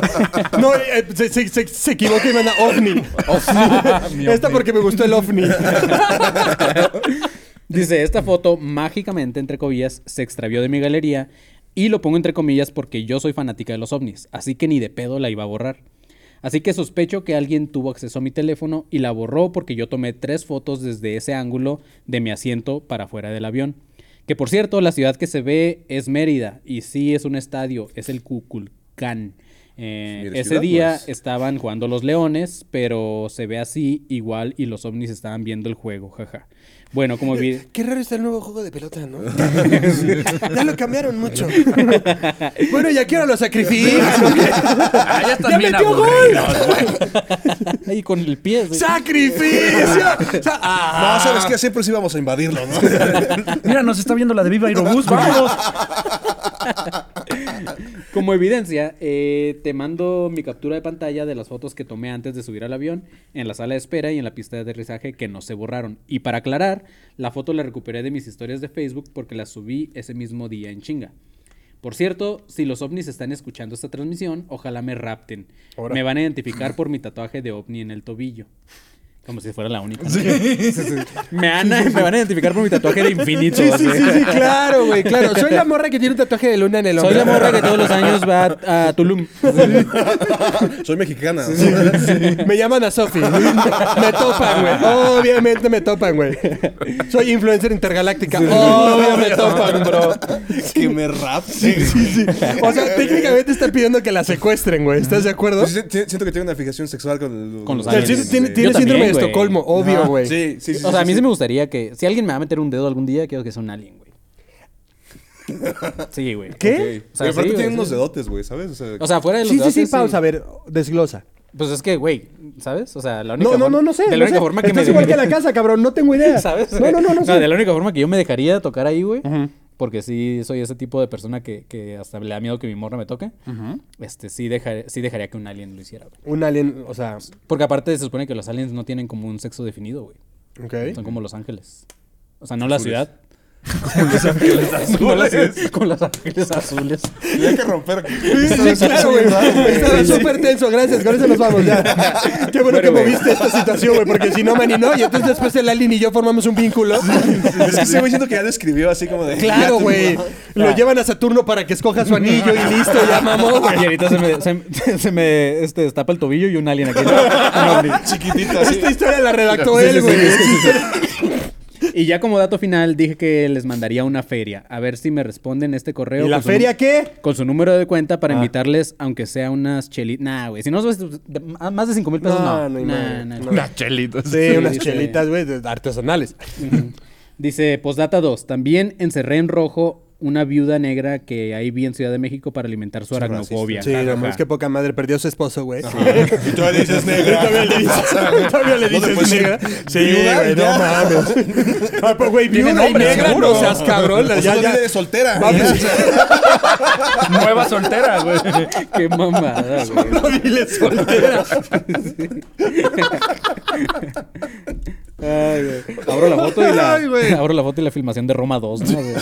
No, eh, se, se, se- se equivoca y manda ovni. Mi Esta ovni. porque me gustó el ovni. Dice, esta foto mágicamente, entre comillas, se extravió de mi galería y lo pongo entre comillas porque yo soy fanática de los ovnis, así que ni de pedo la iba a borrar. Así que sospecho que alguien tuvo acceso a mi teléfono y la borró porque yo tomé tres fotos desde ese ángulo de mi asiento para fuera del avión. Que por cierto, la ciudad que se ve es Mérida y sí es un estadio, es el Cuculcán. Eh, Mira, ese ciudad, día pues. estaban jugando los leones, pero se ve así igual y los ovnis estaban viendo el juego, jaja. Bueno, como vi... Qué raro está el nuevo juego de pelota, ¿no? ya lo cambiaron mucho. bueno, ya quiero lo sacrifican. ¿no? Ah, ya están ¡Ya bien metió gol! aburridos, güey. Ahí con el pie. güey. ¡Sacrificio! Sa- ah. No, ¿sabes qué? Siempre sí íbamos a invadirlo, ¿no? Mira, nos está viendo la de Viva Aerobús, vamos. Como evidencia, eh, te mando mi captura de pantalla de las fotos que tomé antes de subir al avión, en la sala de espera y en la pista de aterrizaje que no se borraron. Y para aclarar, la foto la recuperé de mis historias de Facebook porque la subí ese mismo día en chinga. Por cierto, si los ovnis están escuchando esta transmisión, ojalá me rapten. Me van a identificar por mi tatuaje de ovni en el tobillo. Como si fuera la única. ¿no? Me, van a, me van a identificar por mi tatuaje de infinito. Sí, así. sí, sí, sí, claro, güey, claro. Soy la morra que tiene un tatuaje de luna en el Soy hombro. la morra que todos los años va a, a Tulum. Soy mexicana. Me llaman a Sofi. Me topan, güey. Obviamente me topan, güey. Soy influencer intergaláctica. Obvio me topan, bro. que me rap. Sí, O sea, técnicamente está pidiendo que la secuestren, güey. ¿Estás de acuerdo? Pues Sí, sí, Siento que tiene una fijación sexual con, el- Con los O sea, aliens. tiene tiene- sí, Yo tiene también, síndrome de güey. Estocolmo, Ah. obvio, güey. Sí, sí, sí. O sea, a mí sí, sí me gustaría que si alguien me va a meter un dedo algún día, quiero que sea un alien, güey. Sí, güey. ¿Qué? sí. O sea, Güey, aparte sí, tienen güey, unos sí. dedotes, güey, ¿sabes? O sea, O sea, fuera de los Sí, sí, debates, sí, pausa. A ver, desglosa. Pues es que, güey, ¿sabes? O sea, la única No, no, forma- no, no sé. De la no única sé. forma que Estás me igual que la casa, cabrón. No tengo idea. ¿Sabes? No, no, no, no. sé. de la única forma que yo me dejaría tocar ahí, güey. Porque sí soy ese tipo de persona que, que hasta le da miedo que mi morra me toque. Este, sí, dejar- sí dejaría que un alien lo hiciera, güey. Un alien, o sea, Porque aparte se supone que los aliens no tienen como un sexo definido, güey. ok. Son como Los Ángeles. O sea, no la ciudad. Como Los Ángeles Azules. Como Los Ángeles Azules. tenía que romper. Sí, claro, güey. Estaba súper tenso, gracias. Con eso nos vamos ya. Qué bueno, que güey. moviste esta situación, güey, porque si no, Manny, no. Y entonces después el alien y yo formamos un vínculo. Es que ese güey siento que ya lo escribió así como de. Claro, güey. Lo llevan a Saturno para que escoja su anillo y listo, ya mamó, Y güey. ahorita se me, se, se me este, destapa el tobillo y un alien aquí. Un ovni. Chiquitita, así. Esta historia la redactó él, güey. Y ya como dato final, dije que les mandaría una feria. A ver si me responden este correo. ¿Y la con su feria nu- qué? Ah. Con su número de cuenta para invitarles, aunque sea unas chelitas. Nah, güey. Si no, es- de- más de 5 mil pesos, No, no. no hay Nah, madre. nah. No. Unas chelitas. Sí, unas sí. chelitas, güey, de- artesanales. Dice, postdata 2. También encerré en rojo una viuda negra que hay vi en Ciudad de México para alimentar su aracnofobia. Sí, Ja, ja, no, ja. es que poca madre. Perdió a su esposo, güey. Y todavía le dices negra. Todavía le dices, todavía le No te dices puedes ir. negra. Sí, Viuda, güey, no ya. mames. Ah, pues, güey, Tiene viuda y nombre, negra, seguro. no seas cabrón. O sea, ya, no ya. viene de soltera. Vamos. Nueva soltera, güey. Qué mamada, güey. No dile soltera. Ay, güey. Abro la foto y la. Ay, güey. abro la foto y la filmación de Roma 2, ¿no? O sea,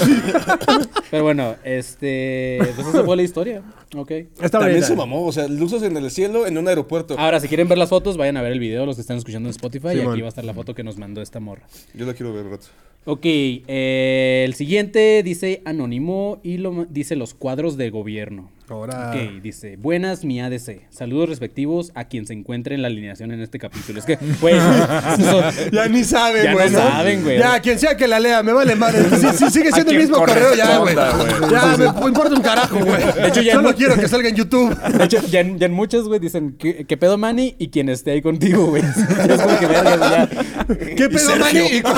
Pero bueno, este. Pues esa fue la historia. Ok. Está También bonita. se mamó, o sea, luces en el cielo en un aeropuerto. Ahora, si quieren ver las fotos, vayan a ver el video, los que están escuchando en Spotify. y aquí man. va a estar la foto que nos mandó esta morra. Yo la quiero ver un rato. Ok, eh, el siguiente dice anónimo y lo ma- dice los cuadros de gobierno. Ahora. Ok, dice, buenas mi ADC, saludos respectivos a quien se encuentre en la alineación en este capítulo. Es que, güey, son- Ya ni saben, Ya no güey. saben, güey. Ya, quien sea que la lea, me vale madre. Si, si sigue siendo el quien mismo correo, ya, güey. corresponda, güey. Ya, me importa un carajo, güey. hecho, ya Solo no- quiero que salga en YouTube. de hecho, ya en, ya en muchas, güey, dicen, ¿qué, qué pedo, Manny? Y quien esté ahí contigo, güey. Ya es como que, verga, güey, ya. ¿Qué pedo, Manny? Y-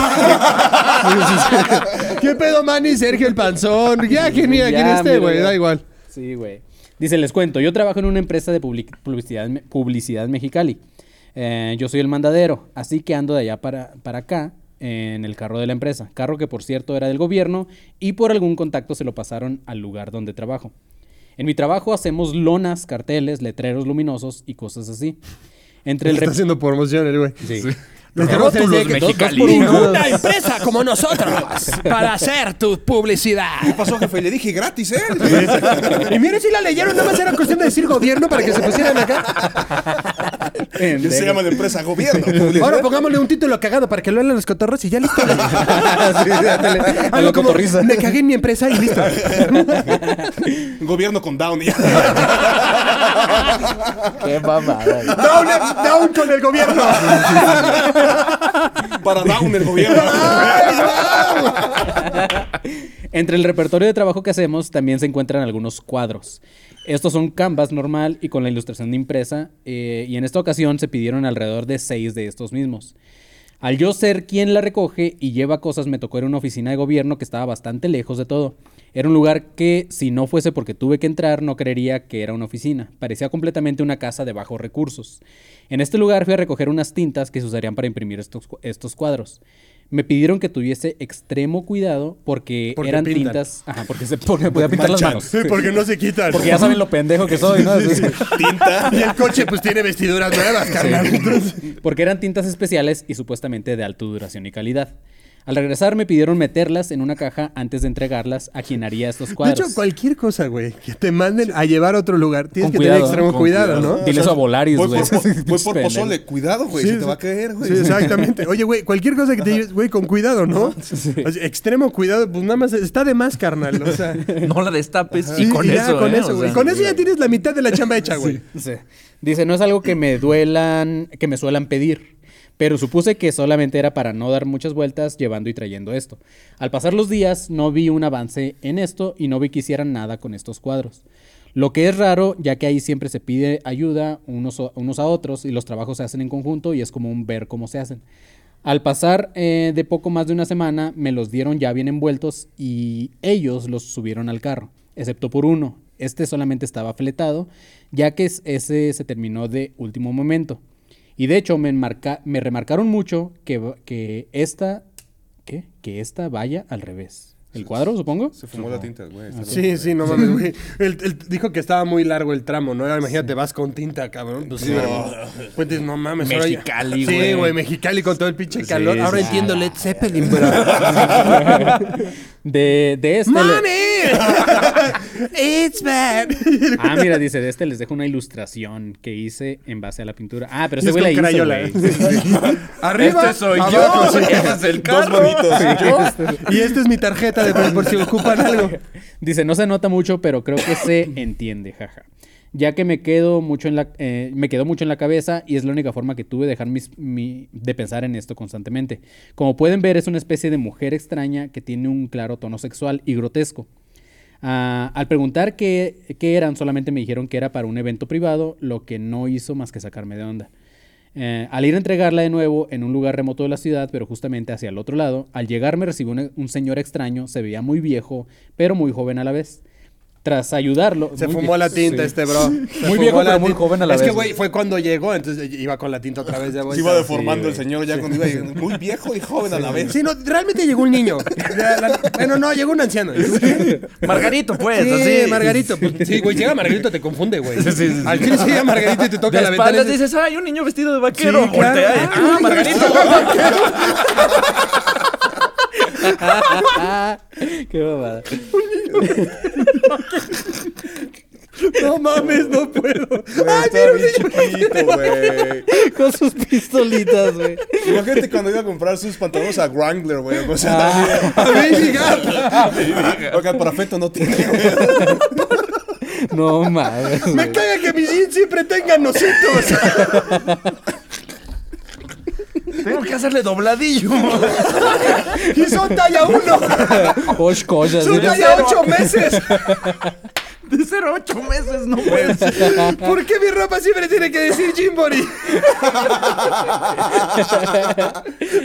¿Qué pedo, Manny? Sergio el panzón. Ya, quien mira, Ya, quién esté, mira, güey. ya. Da igual. Sí, güey. Dice, les cuento, yo trabajo en una empresa de public- publicidad, me- publicidad en Mexicali. Eh, yo soy el mandadero, así que ando de allá para, para acá en el carro de la empresa. Carro que, por cierto, era del gobierno y por algún contacto se lo pasaron al lugar donde trabajo. En mi trabajo hacemos lonas, carteles, letreros luminosos y cosas así. Entre el... Está rep- haciendo promoción el güey. Sí. Lo que Todos vamos a hacer es los que- dos- dos Mexicali. por uno. Una empresa como nosotros para hacer tu publicidad. ¿Qué pasó, jefe? Le dije gratis, ¿eh? Y miren si la leyeron, nada más era cuestión de decir gobierno para que se pusieran acá. en- se llama la empresa gobierno. publicidad. Ahora pongámosle un título cagado para que lo lean los cotorros y ya listo. güey. ándale. Algo A lo como, cotorriza. Me cagué en mi empresa y listo. gobierno con Downey. Qué mamada, güey. down, down con el gobierno. Para Down el gobierno. Entre el repertorio de trabajo que hacemos también se encuentran algunos cuadros. Estos son canvas normal y con la ilustración de impresa eh, y en esta ocasión se pidieron alrededor de seis de estos mismos. Al yo ser quien la recoge y lleva cosas me tocó ir a una oficina de gobierno que estaba bastante lejos de todo. Era un lugar que si no fuese porque tuve que entrar no creería que era una oficina. Parecía completamente una casa de bajos recursos. En este lugar fui a recoger unas tintas que se usarían para imprimir estos, cu- estos cuadros. Me pidieron que tuviese extremo cuidado porque, Porque eran pintan. tintas. Ajá, porque se porque podía pintar las manos. porque no se quitan. Porque ya saben lo pendejo que soy, ¿no? tinta. Y el coche pues tiene vestiduras nuevas, carnal. Entonces, Porque eran tintas especiales y supuestamente de alta duración y calidad. Al regresar me pidieron meterlas en una caja antes de entregarlas a quien haría estos De cuadros. hecho, cualquier cosa, güey, que te manden a llevar a otro lugar, tienes Con que cuidado, tener extremo con cuidado, cuidado. ¿no? Dile eso a Volaris, Voy güey. por, po- voy por Pendejo. pozole. Cuidado, güey. se te sí. va a caer, güey. Sí, exactamente. Oye, güey, cualquier cosa que te lleves, güey, con cuidado, ¿no? O sea, extremo cuidado, pues nada más está de más, carnal. O sea, No la destapes sí, y con ya, eso. con ¿eh? eso, O güey. sea, con eso ya tienes la mitad de la chamba hecha, güey. Sí. Dice, no es algo que me duelan, que me suelan pedir. Pero supuse que solamente era para no dar muchas vueltas llevando y trayendo esto. Al pasar los días no vi un avance en esto y no vi que hicieran nada con estos cuadros. Lo que es raro, ya que ahí siempre se pide ayuda unos, o- unos a otros y los trabajos se hacen en conjunto y es como un ver cómo se hacen. Al pasar eh, de poco más de una semana, me los dieron ya bien envueltos y ellos los subieron al carro, excepto por uno. Este solamente estaba fletado, ya que es- ese se terminó de último momento. Y de hecho, me, enmarca- me remarcaron mucho que, va- que esta. ¿Qué? Que esta vaya al revés. ¿El cuadro, supongo? Se fumó la tinta, güey. Está Sí, sí, no mames, güey. Él, él dijo que estaba muy largo el tramo, ¿no? Ahora Imagínate, vas con tinta, cabrón. Pues sí, hermano. Pues dices, no mames. ahora ya- Mexicali, Sí, güey. güey, Mexicali con todo el pinche calor. sí, ahora sí. Ah. entiendo Led Zeppelin, pero... De, de este. le- Este ¡Money! ¡It's bad! Ah, mira, dice, de este les dejo una ilustración que hice en base a la pintura. Ah, pero Y ese es güey la con hizo, crayola. ¿eh? güey. Arriba, este soy abajo, yo. sí. Ese es el carro. Y esta es mi tarjeta de por si ocupan algo. Dice, no se nota mucho, pero creo que se entiende, jaja. Ya que me quedo mucho en la eh, me quedó mucho en la cabeza y es la única forma que tuve de dejar mis- mi- de pensar en esto constantemente. Como pueden ver, es una especie de mujer extraña que tiene un claro tono sexual y grotesco. Ah, al preguntar qué, qué eran, solamente me dijeron que era para un evento privado, lo que no hizo más que sacarme de onda. Eh, al ir a entregarla de nuevo en un lugar remoto de la ciudad, pero justamente hacia el otro lado, al llegar me recibió un, un señor extraño, se veía muy viejo, pero muy joven a la vez. Tras ayudarlo. Se muy fumó bien, la tinta sí. este bro. Se fumó viejo, la pero muy tinta. joven a la es vez, que, güey, güey. fue cuando llegó, entonces iba con la tinta otra vez. Ya, güey. Se iba Sí. deformando el señor ya cuando iba muy viejo y joven a la vez. Sí, no, realmente llegó un niño. Ya, la- bueno, no, llegó un anciano. Margarito, pues, Sí, así. Margarito. pues, sí, güey, llega Margarito, te confunde, güey. Sí, sí, sí. Al chile sí llega Margarito y te toca De la ventana. espaldas y dices, dices, ay, un niño vestido de vaquero. Sí, claro. voltea y, Ah, ah, Margarito. Qué babada. Ah, No mames, no puedo. Güey, estaba bien chiquito, güey. Con sus pistolitas, güey. Imagínate cuando iba a comprar sus pantalones a Wrangler, güey. O sea, A Baby Gap. también- Oiga, para feto no tiene, güey. No mames. güey. Me caga que mis jeans siempre tengan ositos. Tengo que hacerle dobladillo. Y son talla 1. Cosh, cosh, así Son de- talla 8 meses. De ser ocho meses, no puedes. ¿Por qué mi ropa siempre tiene que decir Jimbori?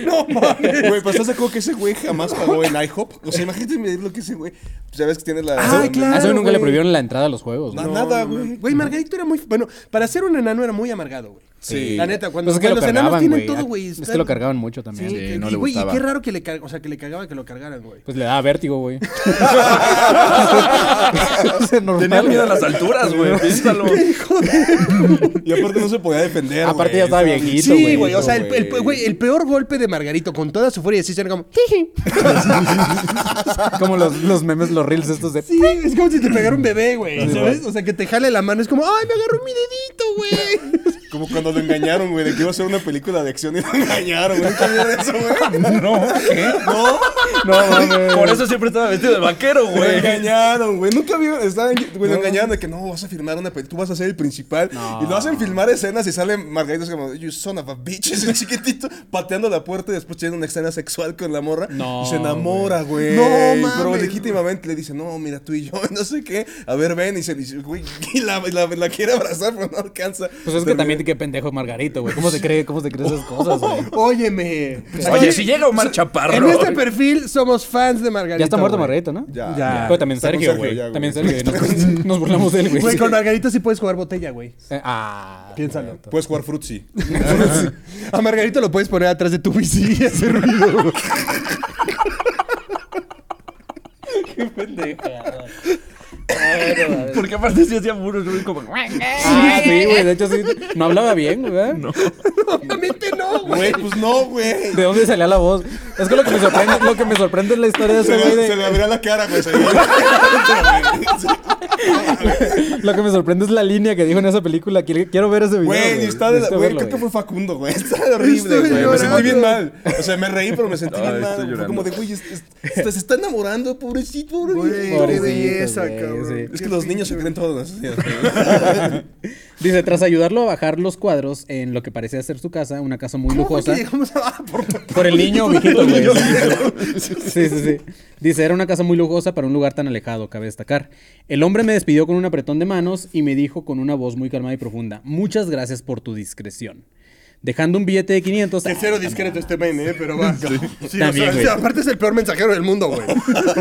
No mames. Güey, pues estás de acuerdo que ese güey jamás pagó en IHOP. O sea, imagínate medir lo que ese güey. Pues ya ves que tiene la. Ay, claro. A eso nunca le güey. prohibieron la entrada a los juegos, Na- güey. nada, güey. Güey, Margarito era muy. Bueno, para ser un enano era muy amargado, güey. Sí. La neta, cuando, Pues es que lo cuando los enanos cargaban, tienen güey. Ah, todo, güey. Es que están- lo cargaban mucho también. Sí, no y, le güey, y gustaba. qué raro que le, car- o sea, que le cagaba que lo cargaran, güey. Pues le daba vértigo, güey. Es normal, Tenía miedo a güey. las alturas, güey. Piénsalo. Y aparte no se podía defender. Aparte güey. ya estaba viejito, güey. Sí, güey, o sea, el, el- güey. güey, el peor golpe de Margarito con toda su furia, sí, era como... Como los, los memes, los reels estos de... Sí, es como si te pegara un bebé, güey, ¿sabes? O sea, que te jale la mano, es como, ¡ay, me agarró mi dedito, güey! Como cuando lo engañaron, güey, de que iba a ser una película de acción y lo engañaron, güey. ¿Nunca vieron eso, güey? No, ¿qué? No, No, mames. Por eso siempre estaba vestido de vaquero, lo güey. engañaron, güey. Nunca vieron, estaban, güey, lo engañaron de que no, vas a filmar una película, tú vas a ser el principal. Y lo hacen filmar escenas y sale Margarito es como, you son of a bitch, es el chiquitito, pateando la puerta y después tiene una escena sexual con la morra. No, Y se enamora, güey. No mames, Pero güey. legítimamente le dice, no, mira, tú y yo, no sé qué. A ver, ven. Y se dice, güey, y la, la, la quiere abrazar, pero no alcanza. Pues es que también qué pendejo Margarito, güey. ¿Cómo se cree, cómo se cree esas cosas, güey? Óyeme. Pues, Oye, si llega Omar En Chaparro. este perfil somos fans de Margarito. Ya está muerto güey. Margarito, ¿no? Ya. Ya. Pero también Está con Sergio, Sergio güey. ya, güey. También Sergio. Nos, nos burlamos de él, güey. Güey, con Margarito sí puedes jugar botella, güey. Eh, Ah. Piénsalo. Puedes jugar Fruitsy. A Margarito lo puedes poner atrás de tu bici y hacer ruido. güey. Porque aparte sí hacía muros, güey, como... Ah, sí, güey. De hecho, sí. No hablaba bien, güey. No. Obviamente no, güey. Güey, pues no, güey. ¿De dónde salía la voz? Es que lo que me sorprende, lo que me sorprende es la historia de Se ese güey. le, de- se le abría la cara, güey. se le- Lo que me sorprende es la línea que dijo en esa película. Quiero, quiero ver ese video. Güey, ni está de la. Este Necesito Güey, verlo, creo que fue güey. Facundo, güey. Está horrible, Estoy güey. Me sentí Este llorando. bien mal. O sea, me reí, pero me sentí Ay, bien estoy mal. Fue llorando. como de, güey, es- es- se se está enamorando, pobrecito, pobre viejo. Qué Pobrecito, belleza, güey, cabrón. Es que los niños se creen todos. ¿sí? Dice, tras ayudarlo a bajar los cuadros en lo que parecía ser su casa, una casa muy ¿Cómo fue que lujosa. llegamos a... Ah, por- Por el niño viejito, güey. Sí, sí, sí. Dice, era una casa muy lujosa para un lugar tan alejado, cabe destacar. El hombre me despidió con un apretón de manos y me dijo con una voz muy calmada y profunda, muchas gracias por tu discreción. Dejando un billete de 500... Que cero discreto este men, ¿eh? Pero va. Sí, o También, sea, güey. sí, aparte es el peor mensajero del mundo, güey.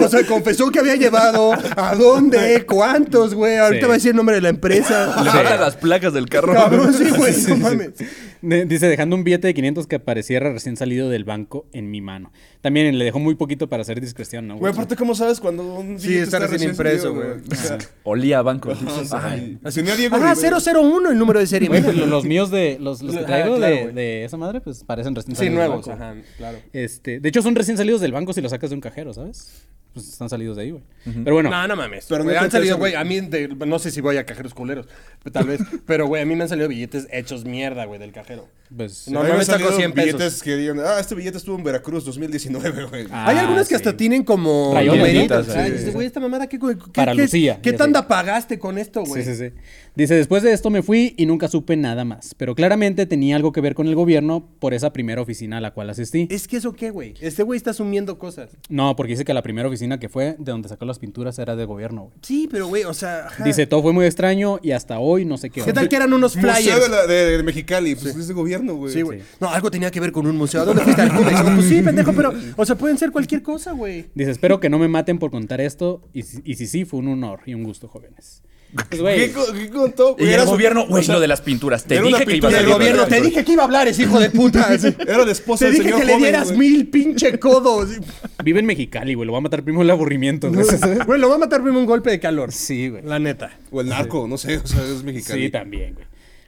O sea, confesó que había llevado, a dónde, cuántos, güey. Ahorita Sí. va a decir el nombre de la empresa. Ah, Le baja las placas del carro. Cabrón, sí, güey. Sí, no sí, sí. mames. Ah, De- Dice, dejando un billete de 500 que pareciera recién salido del banco en mi mano. También le dejó muy poquito para hacer discreción, ¿no? Güey, aparte, ¿cómo sabes cuando un Sí, billete está recién impreso, salido, güey. O sea, Olía a banco. o sea, Ay. así un día Diego Ah, Rivera- 001 el número de serie. Güey, pues, lo- los míos de los, los que Ah, traigo claro, de- de, güey. esa madre, pues parecen recién Sí, salidos. del nuevos, banco. ajá, claro. Este, de hecho, son recién salidos del banco si los sacas de un cajero, ¿sabes? Pues están salidos de ahí, güey. Pero bueno, No, no mames. Pero no Güey, te han salido, güey, interesan- a mí, de- no sé si voy a cajeros culeros, tal vez, pero, güey, a mí me han salido billetes hechos mierda, güey, del cajero. pues. No, A mí no me me sacó salieron 100 pesos. billetes que digan, ah, este billete estuvo en Veracruz 2019, güey. Ah, Hay algunas que sí. hasta tienen como Rayones, numeritos. sí, Ay, sí, dices, güey, esta mamada, ¿qué, qué, Para qué- Lucía, ¿qué ya tanda sé. pagaste con esto, güey? Sí, sí, sí. Dice, después de esto me fui y nunca supe nada más. Pero claramente tenía algo que ver con el gobierno por esa primera oficina a la cual asistí. Es que eso qué, güey. Este güey está asumiendo cosas. No, porque dice que a la primera oficina que fue, de donde sacó las pinturas, era de gobierno, güey. Sí, pero güey, o sea. ajá. Dice, todo fue muy extraño y hasta hoy no sé qué. Ah. ¿Qué tal que eran unos Museo de, flyers? la- de- de Mexicali, pues es de gobierno, güey. Sí, güey. No, algo tenía que ver con un museo. ¿A dónde fuiste? Al Jumex? Pues sí, pendejo, pero. O sea, pueden ser cualquier cosa, güey. Dice, espero que no me maten por contar esto. Y si, y si sí, fue un honor y un gusto, jóvenes. Pues, güey, ¿Qué, co- qué contó? Y el su- gobierno, güey, o sea, lo de las pinturas. Te era una dije que iba pintura a del salir. gobierno, Te dije que iba a hablar ese hijo de puta. así. Era la esposa Te del dije señor que le joven, dieras güey. mil pinche codos. vive en Mexicali, güey. Lo va a matar primero el aburrimiento. güey. Güey, lo va a matar primero un golpe de calor. sí, güey. La neta. O el narco, no sé, o sea, es mexicano. Sí, también, güey.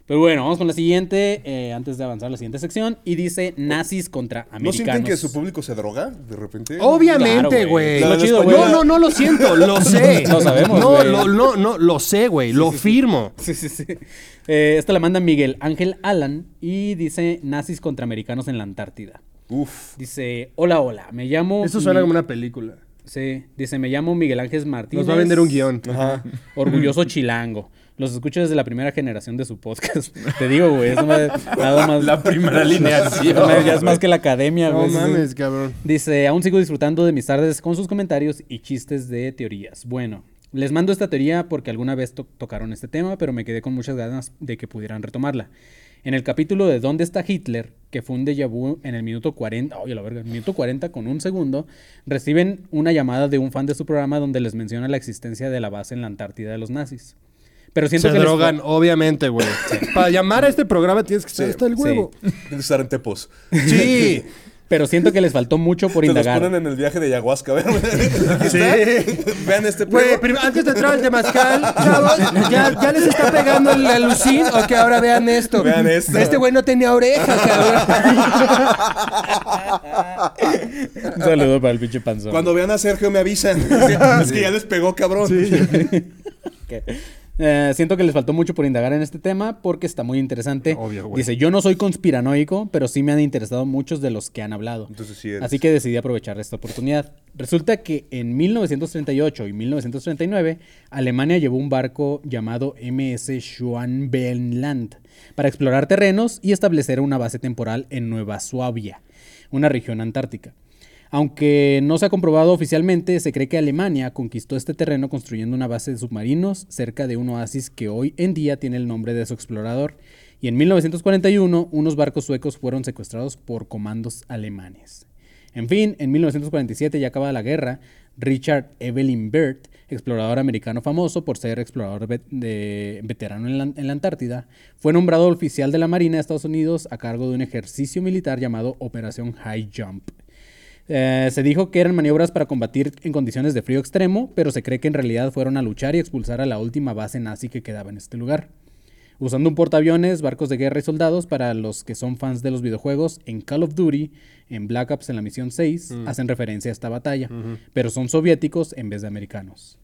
Pero bueno, vamos con la siguiente, eh, antes de avanzar a la siguiente sección. Y dice nazis contra ¿No americanos. sienten que su público se droga de repente? Obviamente, Claro, güey. güey. La Lo de chido, español. güey. No, no, no lo siento, lo sé. Lo sabemos, No, güey. lo, no, no, lo sé, güey. lo firmo. Sí, sí, sí. Eh, esta la manda Miguel Ángel Alan y dice nazis contra americanos en la Antártida. Uf. Dice, hola, hola, me llamo... Esto suena Mi- como una película. Sí, dice, me llamo Miguel Ángel Martínez. Nos va a vender un guión. Orgulloso chilango. Los escucho desde la primera generación de su podcast. Te digo, güey, es más- nada más... La primera alineación. ya es más que la academia, No güey. mames, cabrón. Dice, aún sigo disfrutando de mis tardes con sus comentarios y chistes de teorías. Bueno, les mando esta teoría porque alguna vez to- tocaron este tema, pero me quedé con muchas ganas de que pudieran retomarla. En el capítulo de ¿Dónde está Hitler? que fue un déjà vu en el minuto 40, oye la verga, el minuto 40 con un segundo, reciben una llamada de un fan de su programa donde les menciona la existencia de la base en la Antártida de los nazis. Pero siento Se que les- drogan, obviamente, güey. Para llamar a este programa tienes que estar Sí. hasta el huevo. Deben estar en Tepos. Sí. Pero siento que les faltó mucho por Te los indagar. ponen en el viaje de ayahuasca, ¿ver? Aquí Sí. está. Vean este Güey, pedo. prim- antes de entrar al temazcal, chavos, ¿ya, ya les está pegando el alucín. Ok, ahora vean esto. Vean esto. Este güey no tenía oreja, cabrón. Un saludo para el pinche panzón. Cuando vean a Sergio me avisan. es que ya les pegó, cabrón. Ok. Eh, siento que les faltó mucho por indagar en este tema porque está muy interesante. Obvio, güey. Dice, yo no soy conspiranoico, pero sí me han interesado muchos de los que han hablado. Entonces sí eres. Así que decidí aprovechar esta oportunidad. Resulta que en 1938 y 1939 Alemania llevó un barco llamado MS Schwanbenland para explorar terrenos y establecer una base temporal en Nueva Suabia, una región antártica. Aunque no se ha comprobado oficialmente, se cree que Alemania conquistó este terreno construyendo una base de submarinos cerca de un oasis que hoy en día tiene el nombre de su explorador. Y en 1941, unos barcos suecos fueron secuestrados por comandos alemanes. En fin, en 1947 ya acaba la guerra, Richard Evelyn Byrd, explorador americano famoso por ser explorador vet- de veterano en la, en la Antártida, fue nombrado oficial de la Marina de Estados Unidos a cargo de un ejercicio militar llamado Operación High Jump. Eh, se dijo que eran maniobras para combatir en condiciones de frío extremo, pero se cree que en realidad fueron a luchar y expulsar a la última base nazi que quedaba en este lugar. Usando un portaaviones, barcos de guerra y soldados, para los que son fans de los videojuegos, en Call of Duty, en Black Ops, en la misión 6, hacen referencia a esta batalla, pero son soviéticos en vez de americanos.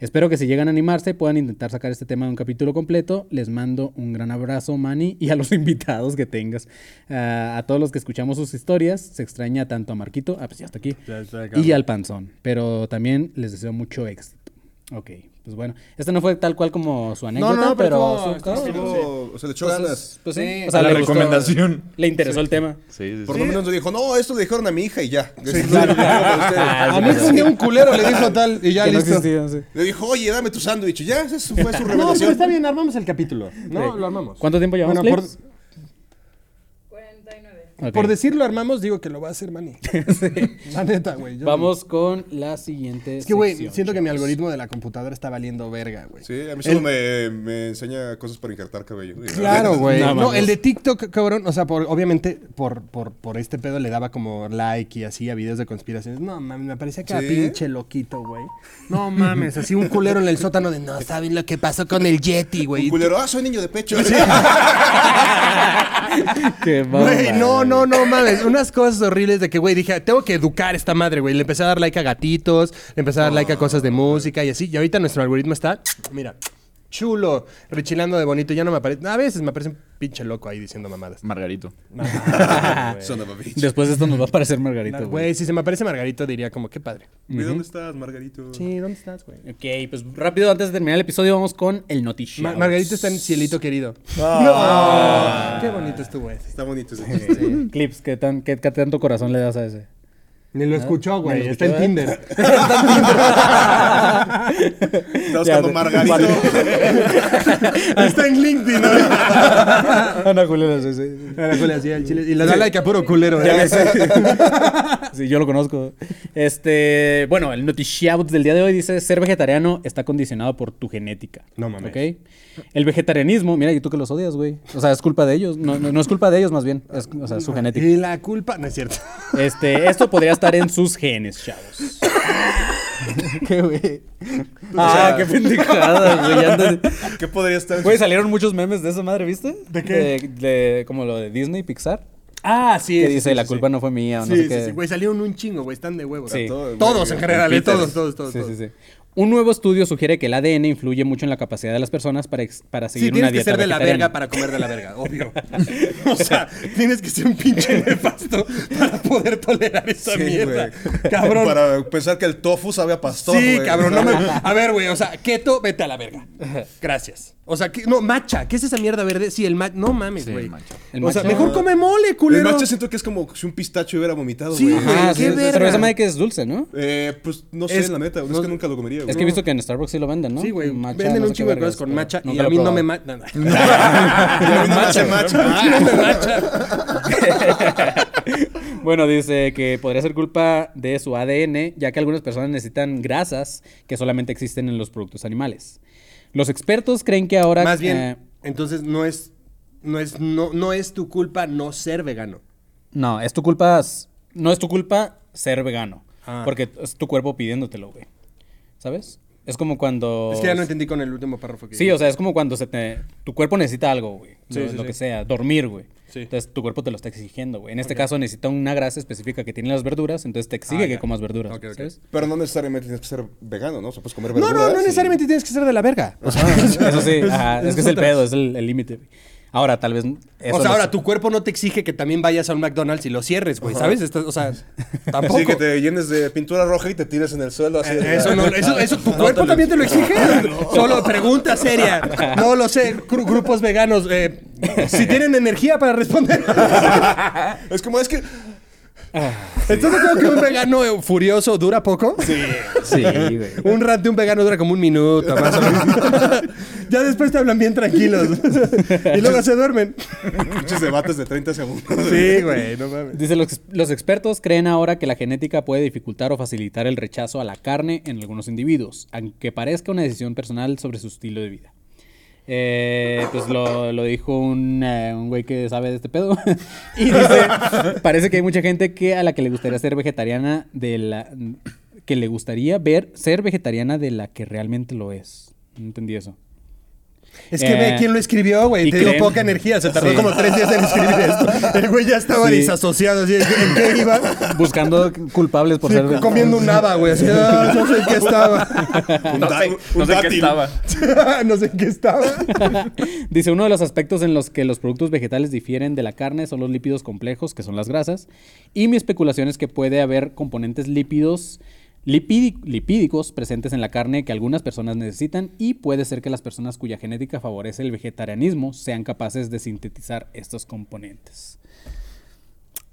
Espero que si llegan a animarse puedan intentar sacar este tema de un capítulo completo. Les mando un gran abrazo, Manny, y a los invitados que tengas. Ah, a todos los que escuchamos sus historias, se extraña tanto a Marquito, ah, pues ya está aquí, y al Panzón. Pero también les deseo mucho éxito. Ok, pues bueno. Esta no fue tal cual como su anécdota, no, pero pero... estuvo- estuvo- Estuvo- O sea, le echó ganas. pues Sí, o sea, la le gustó, recomendación. le interesó el tema. Sí, sí, Por sí. lo menos dijo, no, esto le dijeron a mi hija y ya. A mí fue un día un culero, le dijo tal, y ya Que no listo. existía, sí. Le dijo, oye, dame tu sándwich. Y Ya, esa fue su No, pero revelación. está bien, armamos el capítulo. No, Sí. lo armamos. ¿Cuánto tiempo llevamos, Bueno, Clips? 49. Ok. Por decirlo armamos, digo que lo va a hacer Manny. La neta, güey. yo- Vamos con la siguiente Es que, güey, sección, siento que mi chavos. algoritmo de la computadora está valiendo verga, güey. Sí, a mí solo me, me enseña cosas para injertar cabello. Claro, güey. Nada No, más. el de TikTok, cabrón, o sea, por, obviamente por, por, por este pedo le daba como like y así a videos de conspiraciones. No mames, me parecía cada ¿Sí? pinche loquito, güey. No mames, así un culero en el sótano de no saben lo que pasó con el Yeti, güey. Un culero, ah, soy niño de pecho. Qué Güey, bárbaro, no, no, no mames. Unas cosas horribles de que, güey, dije, tengo que educar esta madre, güey. Le empecé a dar like a gatitos, le empecé a dar like a cosas de música y así. Y ahorita nuestro algoritmo está, mira, chulo, rechilando de bonito. Ya no me aparece. A veces me aparece un pinche loco ahí diciendo mamadas. Margarito. Son of a bitch. Después de esto nos va a aparecer Margarito, güey. Güey, si se me aparece Margarito, diría como, qué padre. Güey, ¿Dónde estás, Margarito? Sí, ¿dónde estás, güey? Ok, pues rápido, antes de terminar el episodio, vamos con el noticiero. Ma- Margarito está en cielito querido. No. Qué bonito estuvo ese. Está bonito ese chiste. Clips, ¿qué, tan, qué, qué tanto corazón le das a ese? Ni lo escuchó, güey. lo Está en escuchó, ¿eh? Tinder. Está Está buscando Margarito. Está en LinkedIn. ¿no? Ana Julia, sí, sí. Ahora, Julia, sí, al chile. Y le da like a puro culero. ¿eh? Sí, yo lo conozco. Este, bueno, el noticiabut del día de hoy dice, ser vegetariano está condicionado por tu genética. No mames. ¿Ok? El vegetarianismo, mira, y tú que los odias, güey. O sea, es culpa de ellos. No, no, no es culpa de ellos, más bien. Es, o sea, su genética. Y la culpa. No es cierto. Este, esto podría estar en sus genes, chavos. qué güey. Ah, qué pendejada, güey. Andas- ¿Qué podría estar? Güey, salieron muchos memes de esa madre, ¿viste? ¿De qué? De, como lo de Disney, Pixar. Ah, sí. Que sí, dice, sí, la sí, culpa sí. no fue mía, o no sí, sé sí, qué. sí, güey. Salieron un chingo, güey. Están de huevos. Sí. Todo, güey. Todos en general, eh, Peter. todos, todos, todos. Sí, todos. sí, sí. Un nuevo estudio sugiere que el ADN influye mucho en la capacidad de las personas para, ex- para Sí, seguir tienes una que dieta ser de la vegetariana. verga para comer de la verga, obvio. o sea, tienes que ser un pinche nefasto para poder tolerar esa Sí, mierda. güey. Cabrón. Para pensar que el tofu sabe a pastor. sí, güey. cabrón. No me... A ver, güey, o sea, keto, vete a la verga. Gracias. O sea, que... no, macha. ¿Qué es esa mierda verde? Sí, el macha. No mames, güey. El o sea, matcha- mejor come mole, El culero. macho siento que es como si un pistacho hubiera vomitado, Sí, güey. güey. Ajá, qué sí, sí, verga. pero esa madre que es dulce, ¿no? Eh, pues no sé, Es- la neta. no- es que nunca lo comería, güey. Es que he visto que en Starbucks sí lo venden, ¿no? Sí, güey. Matcha, Venden no sé un qué chingo de vergas, cosas con pero macha y nunca a lo he mí no probado. me macha. No, no. Macha, macha. A mí no me macha. Bueno, dice que podría ser culpa de su ADN, ya que algunas personas necesitan grasas que solamente existen en los productos animales. Los expertos creen que ahora... Más bien, eh, entonces no es, no es, no, no es tu culpa no ser vegano. no, es tu culpa... No es tu culpa ser vegano. Ah. Porque es tu cuerpo pidiéndotelo, güey. ¿Sabes? Es como cuando... Es que ya no entendí con el último párrafo que Sí, o sea, es como cuando se te, tu cuerpo necesita algo, güey. lo, lo que sea, dormir, güey. Sí. Entonces tu cuerpo te lo está exigiendo, güey. En este caso necesita una grasa específica que tienen las verduras, entonces te exige Ah, que ya. comas verduras. Ok, ok. ¿sabes? Pero no necesariamente tienes que ser vegano, ¿no? O sea, puedes comer No, verduras. no, no y- necesariamente tienes que ser de la verga. O sea, Eso sí, ajá, es que es el otra. pedo, es el el límite. güey. ahora, tal vez. eso o sea, no ahora sé. tu cuerpo no te exige que también vayas a un McDonald's y lo cierres, güey, ¿sabes? Esto- o sea, tampoco. Eh, Sí, que te llenes de pintura roja y te tires en el suelo así. de- eh, Eso, no, eso, eso tu cuerpo también te lo exige. Solo pregunta seria. No lo sé, gru- grupos veganos, eh, si tienen energía para responder. Es como, es que... Entonces creo que un vegano eh, furioso dura poco. Sí, güey. Un rant de un vegano dura como un minuto, más o menos. ya después te hablan bien tranquilos. y luego se duermen. Muchos debates de 30 segundos. Sí, güey, no mames. Dice, los, los expertos creen ahora que la genética puede dificultar o facilitar el rechazo a la carne en algunos individuos, aunque parezca una decisión personal sobre su estilo de vida. Eh, pues lo, lo dijo un, eh, un güey que sabe de este pedo. y dice, parece que hay mucha gente que a la que le gustaría ser vegetariana de la... que le gustaría ver ser vegetariana de la que realmente lo es. No entendí eso. Es que Eh, ve quién lo escribió, güey. y Te dio creen- poca energía. Se tardó Sí. como tres días en escribir esto. El güey ya estaba Sí. disasociado. Así, ¿En qué iba? Buscando culpables por Sí, ser... comiendo un nava, güey. Así, "Ah, no sé en qué estaba. No sé, no sé en qué estaba. no sé en qué estaba. Dice, uno de los aspectos en los que los productos vegetales difieren de la carne son los lípidos complejos, que son las grasas, y mi especulación es que puede haber componentes lípidos lipidi- lipídicos presentes en la carne que algunas personas necesitan y puede ser que las personas cuya genética favorece el vegetarianismo sean capaces de sintetizar estos componentes.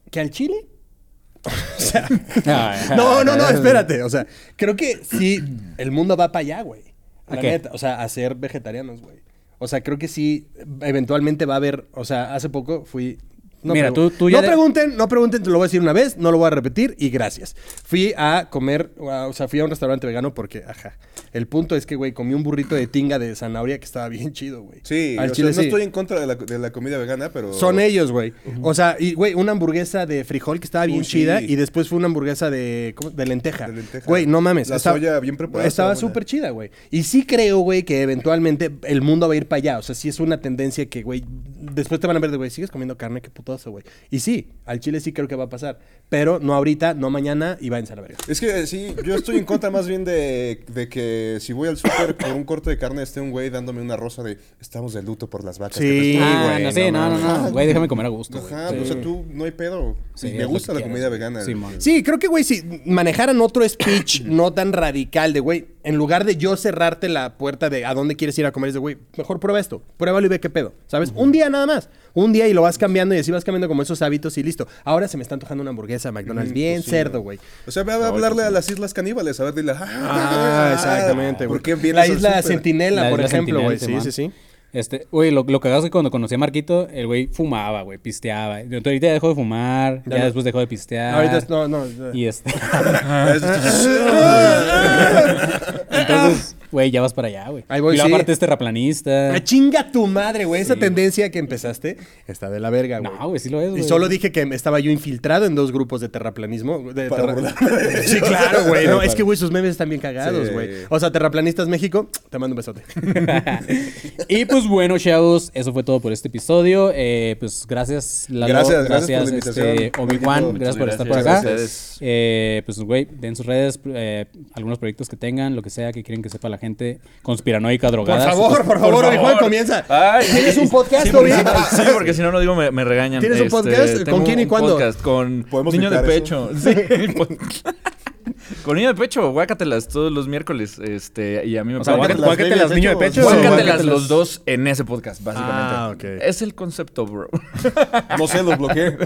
¿Que al chile? o sea, Ah, No, no, no, espérate. O sea, creo que sí, el mundo va para allá, güey. La ¿A qué? neta. O sea, a ser vegetarianos, güey. O sea, creo que sí, eventualmente va a haber. O sea, hace poco fui. Mira, pregun- tú- tú ya no de- pregunten, no pregunten, te lo voy a decir una vez, no lo voy a repetir y gracias. Fui a comer, a- o sea, fui a un restaurante vegano porque, ajá. El punto es que, güey, comí un burrito de tinga de zanahoria que estaba bien chido, güey. Sí, al o sea, chile no sí. estoy en contra de la, de la comida vegana, pero... Son ellos, güey. O sea, y, güey, una hamburguesa de frijol que estaba bien Uy, sí. chida y después fue una hamburguesa de, ¿cómo? de lenteja. De lenteja. Güey, no mames. La estaba- soya bien preparada, Estaba estaba buena. súper chida, güey. Y sí creo, güey, que eventualmente el mundo va a ir para allá. O sea, sí es una tendencia que, güey, después te van a ver de, güey, sigues comiendo carne, qué putoso, güey. Y sí, al chile sí creo que va a pasar. Pero no ahorita, no mañana y váyanse a la verga. Es que eh, sí, yo estoy en contra más bien de, de que si voy al súper por un corte de carne esté un güey dándome una rosa de estamos de luto por las vacas. Pues, que Sí, te- Ah, güey, no, no sí, no, no, no, mames. güey, déjame comer a gusto. güey. Ajá, pues, Sí. o sea, tú no hay pedo. Sí, Y es me lo gusta que la quieras, comida güey. vegana. Simón. Sí, creo que, güey, si manejaran otro speech no tan radical de, güey, en lugar de yo cerrarte la puerta de a dónde quieres ir a comer, es de, güey, mejor prueba esto, pruébalo y ve qué pedo, ¿sabes? Un día nada más, un día y lo vas cambiando y así vas vas cambiando como esos hábitos y listo. Ahora se me está antojando una hamburguesa McDonald's. Bien cerdo, güey. O sea, ve a hablarle a las Islas Caníbales, a ver, dile. Ah, exactamente, güey. ¿Por qué vienes La al isla súper? Centinela, La por isla ejemplo, Centinela, güey. Sí, Simón. sí, sí. Este, güey, lo, lo cagado es que cuando conocí a Marquito, el güey fumaba, güey, pisteaba. Entonces, ahorita ya dejó de fumar, ya, no. después dejó de pistear. Ahorita es- no, no. eh. Y este. Entonces, güey, ya vas para allá, güey. Ahí voy, y luego sí. aparte este es terraplanista. Ah, chinga tu madre, güey. Esa tendencia que empezaste está de la verga, güey. No, güey, sí lo es, güey. Y solo dije que estaba yo infiltrado en dos grupos de terraplanismo. de Para terra- burlarme de Sí, ellos. claro, güey. No, es que, güey, sus memes están bien cagados, Sí. güey. O sea, Terraplanistas México, te mando un besote. y pues bueno, chavos, eso fue todo por este episodio. Eh, pues gracias, Lalo. este, Gracias, gracias por la invitación. Obi-Wan, Muchas gracias por estar por gracias. acá. Gracias. Eh, pues güey, den sus redes, eh, algunos proyectos que tengan, lo que sea que quieren que sepa la gente conspiranoica, drogada. Por favor, por favor, Obi-Wan, comienza. Ay. ¿Tienes un podcast, Sí, porque, Obi? sí, porque si no lo digo me, me regañan. Este, ¿Tienes un podcast? ¿Con tengo quién y un cuándo? podcast con Podemos Niño de quitar eso. Pecho. Sí, con Niño de Pecho, guácatelas todos los miércoles. Este, y a mí me O sea, parece- guácatelas, guácatelas, niño de pecho. Guácatelas Guácatelas. los dos en ese podcast, básicamente. Ah, ok. Es el concepto, bro. No sé, los bloqueé.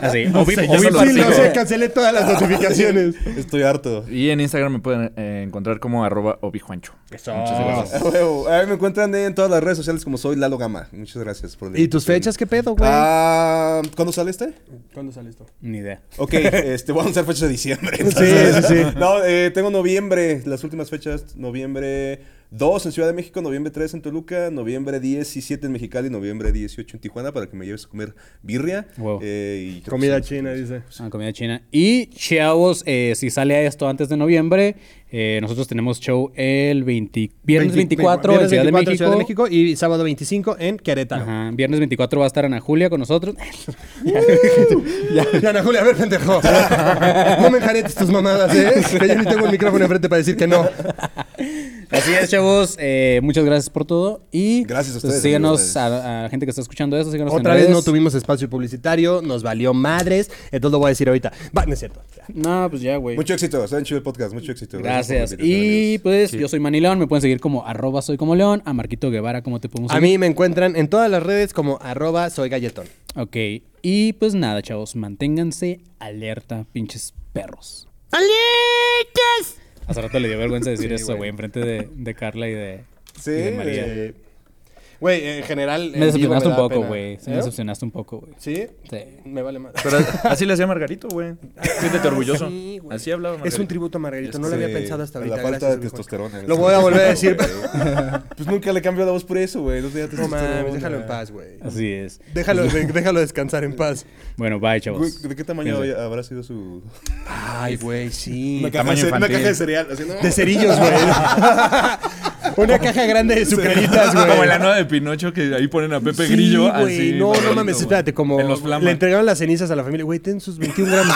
Así, Obi- sé, yo Obi- no lo Obi- sigo. cancelé todas las notificaciones. Estoy harto. Y en Instagram me pueden eh, encontrar como arroba obijuancho. Muchas gracias. A huevo. A mí me encuentran en todas las redes sociales como soy Lalo Gama. Muchas gracias por la ¿Y tus invitación. fechas qué pedo, güey? Ah, ¿Cuándo sale este? ¿Cuándo sale esto? Ni idea. Ok, este, voy a anunciar fechas de diciembre. entonces. sí, sí. No, eh, tengo noviembre, las últimas fechas. Noviembre 2 en Ciudad de México, noviembre 3 en Toluca, noviembre 17 en Mexicali, noviembre 18 en Tijuana para que me lleves a comer birria. Wow. Eh, y creo que Comida son- china, dice. Ah, comida china. Y chavos, eh, si sale esto antes de noviembre, eh, nosotros tenemos show el 20 viernes 24 Viernes en Ciudad, 24 de en México. Ciudad de México y sábado 25 en Querétaro. Ajá, Viernes 24 va a estar Ana Julia con nosotros. Ya, Ana Julia, a ver, pendejo. No me enjaretes tus mamadas, ¿eh? Que yo ni tengo el micrófono enfrente para decir que no. Así es, chavos. eh, muchas gracias por todo. Y Gracias a pues, ustedes, síganos amigos. a, a la gente que está escuchando eso. Síganos en Otra vez redes. no tuvimos espacio publicitario, nos valió madres. Entonces lo voy a decir ahorita. Va, no es cierto. No, pues ya, güey. Mucho éxito, está en chido el podcast, mucho éxito. Gracias. por la invitación, Y amigos. pues yo soy Manilón. Me pueden seguir como arroba soy como león. A Marquito Guevara, ¿cómo te podemos A seguir? mí me encuentran en todas las redes como arroba soy galletón. Ok. Y pues nada, chavos. Manténganse alerta, pinches perros. ¡Alertas! Hace rato le dio vergüenza decir eso, güey, enfrente de, de Carla y de, Sí, y de María. Eh, Güey, en general. en Me vivo decepcionaste un da poco, pena. güey. Sí, ¿Eh? Me decepcionaste un poco, güey. ¿Sí? Sí. Me vale más. Pero así le hacía Margarito, güey. Siéntete orgulloso. Ah, sí, güey. así hablaba Margarito. Es un tributo a Margarito, no lo Sí, había pensado hasta a ahorita. La falta Gracias, de viejo. testosterona. Lo voy a volver a decir. pues nunca le cambió la voz por eso, güey. No, tenía No mames, testosterona. déjalo en paz, güey. Así es. Déjalo, de- déjalo descansar en paz. Bueno, bye, Güey, chavos. ¿De qué tamaño Cuídense. había- habrá sido su...? Ay, güey, sí. Una caja, de, tamaño ce- una infantil. caja de cereal. así, no. De cerillos, güey. Una caja grande de sucreritas, güey. Como en la nueva de Pinocho que ahí ponen a Pepe Sí, Grillo. güey, así, no, no Margarito, mames, güey. espérate, como En los le flamas. entregaron las cenizas a la familia, güey, ten sus 21 gramos.